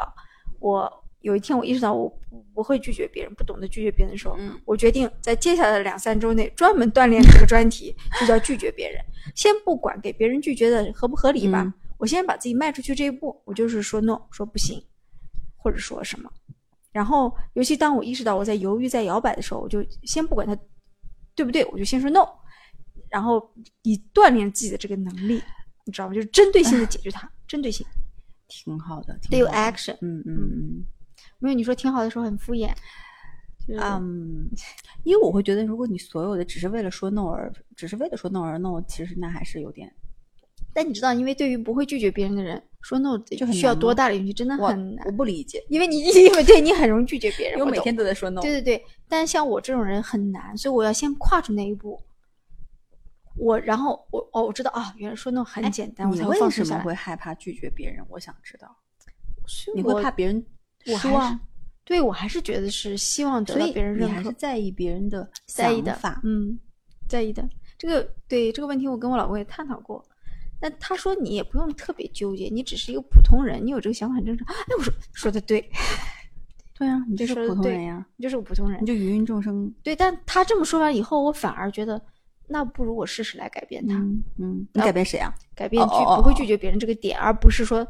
[SPEAKER 2] 我有一天我意识到我不不会拒绝别人，不懂得拒绝别人的时候，
[SPEAKER 1] 嗯
[SPEAKER 2] 我决定在接下来的两三周内专门锻炼这个专题，就叫拒绝别人。先不管给别人拒绝的合不合理吧，
[SPEAKER 1] 嗯
[SPEAKER 2] 我先把自己迈出去这一步，我就是说 no，说不行，或者说什么。然后，尤其当我意识到我在犹豫、在摇摆的时候，我就先不管它对不对，我就先说 no，然后以锻炼自己的这个能力，你知道吗？就是针对性的解决它，针对性
[SPEAKER 1] 挺好的，
[SPEAKER 2] 得
[SPEAKER 1] 挺
[SPEAKER 2] 有
[SPEAKER 1] 好的
[SPEAKER 2] action。
[SPEAKER 1] 嗯嗯
[SPEAKER 2] 没有你说挺好的时候很敷衍，
[SPEAKER 1] 嗯嗯，因为我会觉得，如果你所有的只是为了说 no 而，只是为了说 no 而 no，其实那还是有点
[SPEAKER 2] 但你知道，因为对于不会拒绝别人的人，说 no 得
[SPEAKER 1] 就很
[SPEAKER 2] 需要
[SPEAKER 1] 难
[SPEAKER 2] 多
[SPEAKER 1] 吗
[SPEAKER 2] 大的勇气，真的
[SPEAKER 1] 我
[SPEAKER 2] 很
[SPEAKER 1] 我
[SPEAKER 2] 难。
[SPEAKER 1] 不理解，
[SPEAKER 2] 因为你 因为对你很容易拒绝别人，
[SPEAKER 1] 因为我
[SPEAKER 2] 我
[SPEAKER 1] 每
[SPEAKER 2] 懂
[SPEAKER 1] 天都在说 no。
[SPEAKER 2] 对对对，但像我这种人很难，所以我要先跨出那一步。我然后我哦，我知道啊，原来说 no 很简单，我
[SPEAKER 1] 哎你
[SPEAKER 2] 才会
[SPEAKER 1] 为
[SPEAKER 2] 放
[SPEAKER 1] 什
[SPEAKER 2] 松下
[SPEAKER 1] 么
[SPEAKER 2] 来。
[SPEAKER 1] 会害怕拒绝别人？我想知道，
[SPEAKER 2] 所以
[SPEAKER 1] 你会
[SPEAKER 2] 我
[SPEAKER 1] 怕别人
[SPEAKER 2] 我
[SPEAKER 1] 失
[SPEAKER 2] 还是
[SPEAKER 1] 望，
[SPEAKER 2] 对我还是觉得是希望得
[SPEAKER 1] 所
[SPEAKER 2] 到
[SPEAKER 1] 以
[SPEAKER 2] 别人
[SPEAKER 1] 你
[SPEAKER 2] 认
[SPEAKER 1] 还
[SPEAKER 2] 可
[SPEAKER 1] 是，在意别人的
[SPEAKER 2] 在意的
[SPEAKER 1] 想法。
[SPEAKER 2] 嗯，在意的。这个对这个问题，我跟我老公也探讨过。但他说你也不用特别纠结，你只是一个普通人，你有这个想法很正常。哎，我说说的对，
[SPEAKER 1] 对啊，你就是
[SPEAKER 2] 说得
[SPEAKER 1] 普通
[SPEAKER 2] 对
[SPEAKER 1] 人呀，
[SPEAKER 2] 你就是个普通人
[SPEAKER 1] 你。就芸芸众生。
[SPEAKER 2] 对，但他这么说完以后，我反而觉得，那不如我试试来改变他。呃
[SPEAKER 1] 嗯嗯，你改变谁啊？
[SPEAKER 2] 改变拒
[SPEAKER 1] 哦哦哦
[SPEAKER 2] 不会拒绝别人这个点，而不是说，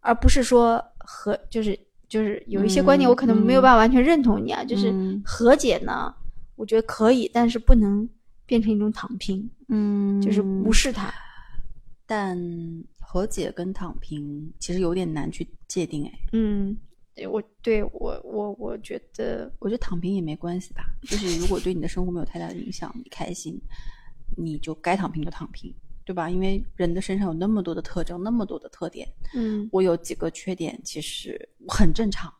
[SPEAKER 2] 而不是说和就是就是有一些观点
[SPEAKER 1] 嗯
[SPEAKER 2] 我可能没有
[SPEAKER 1] 嗯
[SPEAKER 2] 办法完全认同你啊，就是
[SPEAKER 1] 嗯
[SPEAKER 2] 和解呢，我觉得可以，但是不能变成一种躺平，
[SPEAKER 1] 嗯
[SPEAKER 2] 就是无视它。
[SPEAKER 1] 但和解跟躺平其实有点难去界定哎，
[SPEAKER 2] 嗯，对我对我我我觉得
[SPEAKER 1] 我觉得躺平也没关系吧，就是如果对你的生活没有太大的影响，你开心，你就该躺平就躺平，对吧？因为人的身上有那么多的特征，那么多的特点，
[SPEAKER 2] 嗯
[SPEAKER 1] 我有几个缺点，其实很正常。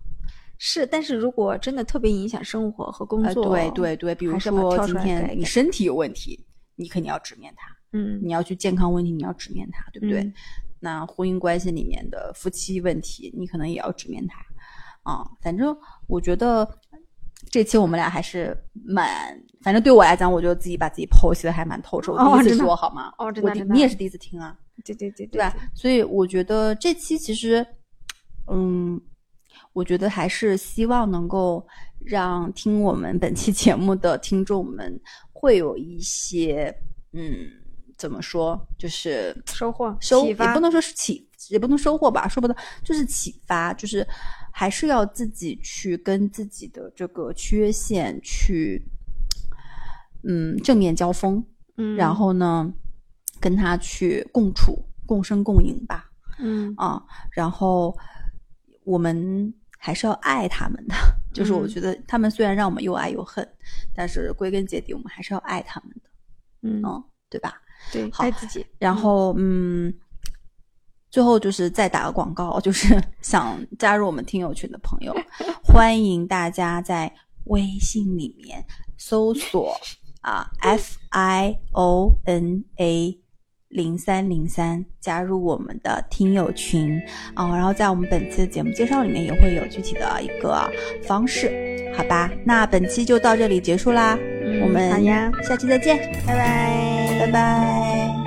[SPEAKER 2] 是，但是如果真的特别影响生活和工
[SPEAKER 1] 呃，
[SPEAKER 2] 作，
[SPEAKER 1] 对对对，比如
[SPEAKER 2] 还是要把
[SPEAKER 1] 说
[SPEAKER 2] 它挑
[SPEAKER 1] 今
[SPEAKER 2] 出来改
[SPEAKER 1] 天
[SPEAKER 2] 一
[SPEAKER 1] 你
[SPEAKER 2] 改
[SPEAKER 1] 身体有问题，你肯定要直面它，
[SPEAKER 2] 嗯
[SPEAKER 1] 你要去健康问题，你要直面它，对不对？
[SPEAKER 2] 嗯
[SPEAKER 1] 那婚姻关系里面的夫妻问题，你可能也要直面它。啊，反正我觉得这期我们俩还是蛮，反正对我来讲，我觉得自己把自己剖析的还蛮透彻。我
[SPEAKER 2] 哦
[SPEAKER 1] 第一
[SPEAKER 2] 真
[SPEAKER 1] 次
[SPEAKER 2] 的
[SPEAKER 1] 说好吗？
[SPEAKER 2] 哦真
[SPEAKER 1] 我
[SPEAKER 2] 的
[SPEAKER 1] 第
[SPEAKER 2] 真的
[SPEAKER 1] 你也是第一次听啊，
[SPEAKER 2] 对对对
[SPEAKER 1] 对吧？所以我觉得这期其实，嗯，我觉得还是希望能够让听我们本期节目的听众们会有一些，嗯，怎么说，就是
[SPEAKER 2] 收获
[SPEAKER 1] 收，
[SPEAKER 2] 启
[SPEAKER 1] 也
[SPEAKER 2] 发
[SPEAKER 1] 不能说是启，也不能收获吧，说不得，就是启发，就是还是要自己去跟自己的这个缺陷去，嗯，正面交锋。
[SPEAKER 2] 嗯，
[SPEAKER 1] 然后呢，跟他去共处、共生共赢吧，
[SPEAKER 2] 嗯
[SPEAKER 1] 啊，然后我们还是要爱他们的， 就是我
[SPEAKER 2] 嗯
[SPEAKER 1] 觉得他们虽然让我们又爱又恨，但是归根结底我们还是要爱他们的，
[SPEAKER 2] 嗯
[SPEAKER 1] 嗯，对吧？
[SPEAKER 2] 对，
[SPEAKER 1] 好
[SPEAKER 2] 爱自己，
[SPEAKER 1] 然后嗯，最后就是再打个广告，就是想加入我们听友群的朋友，欢迎大家在微信里面搜索啊 F I O N A。零三零三加入我们的听友群啊、然后在我们本期的节目介绍里面也会有具体的一个方式，好吧？那本期就到这里结束啦，
[SPEAKER 2] 嗯
[SPEAKER 1] 我们
[SPEAKER 2] 好呀，
[SPEAKER 1] 下期再见，
[SPEAKER 2] 拜拜，
[SPEAKER 1] 拜拜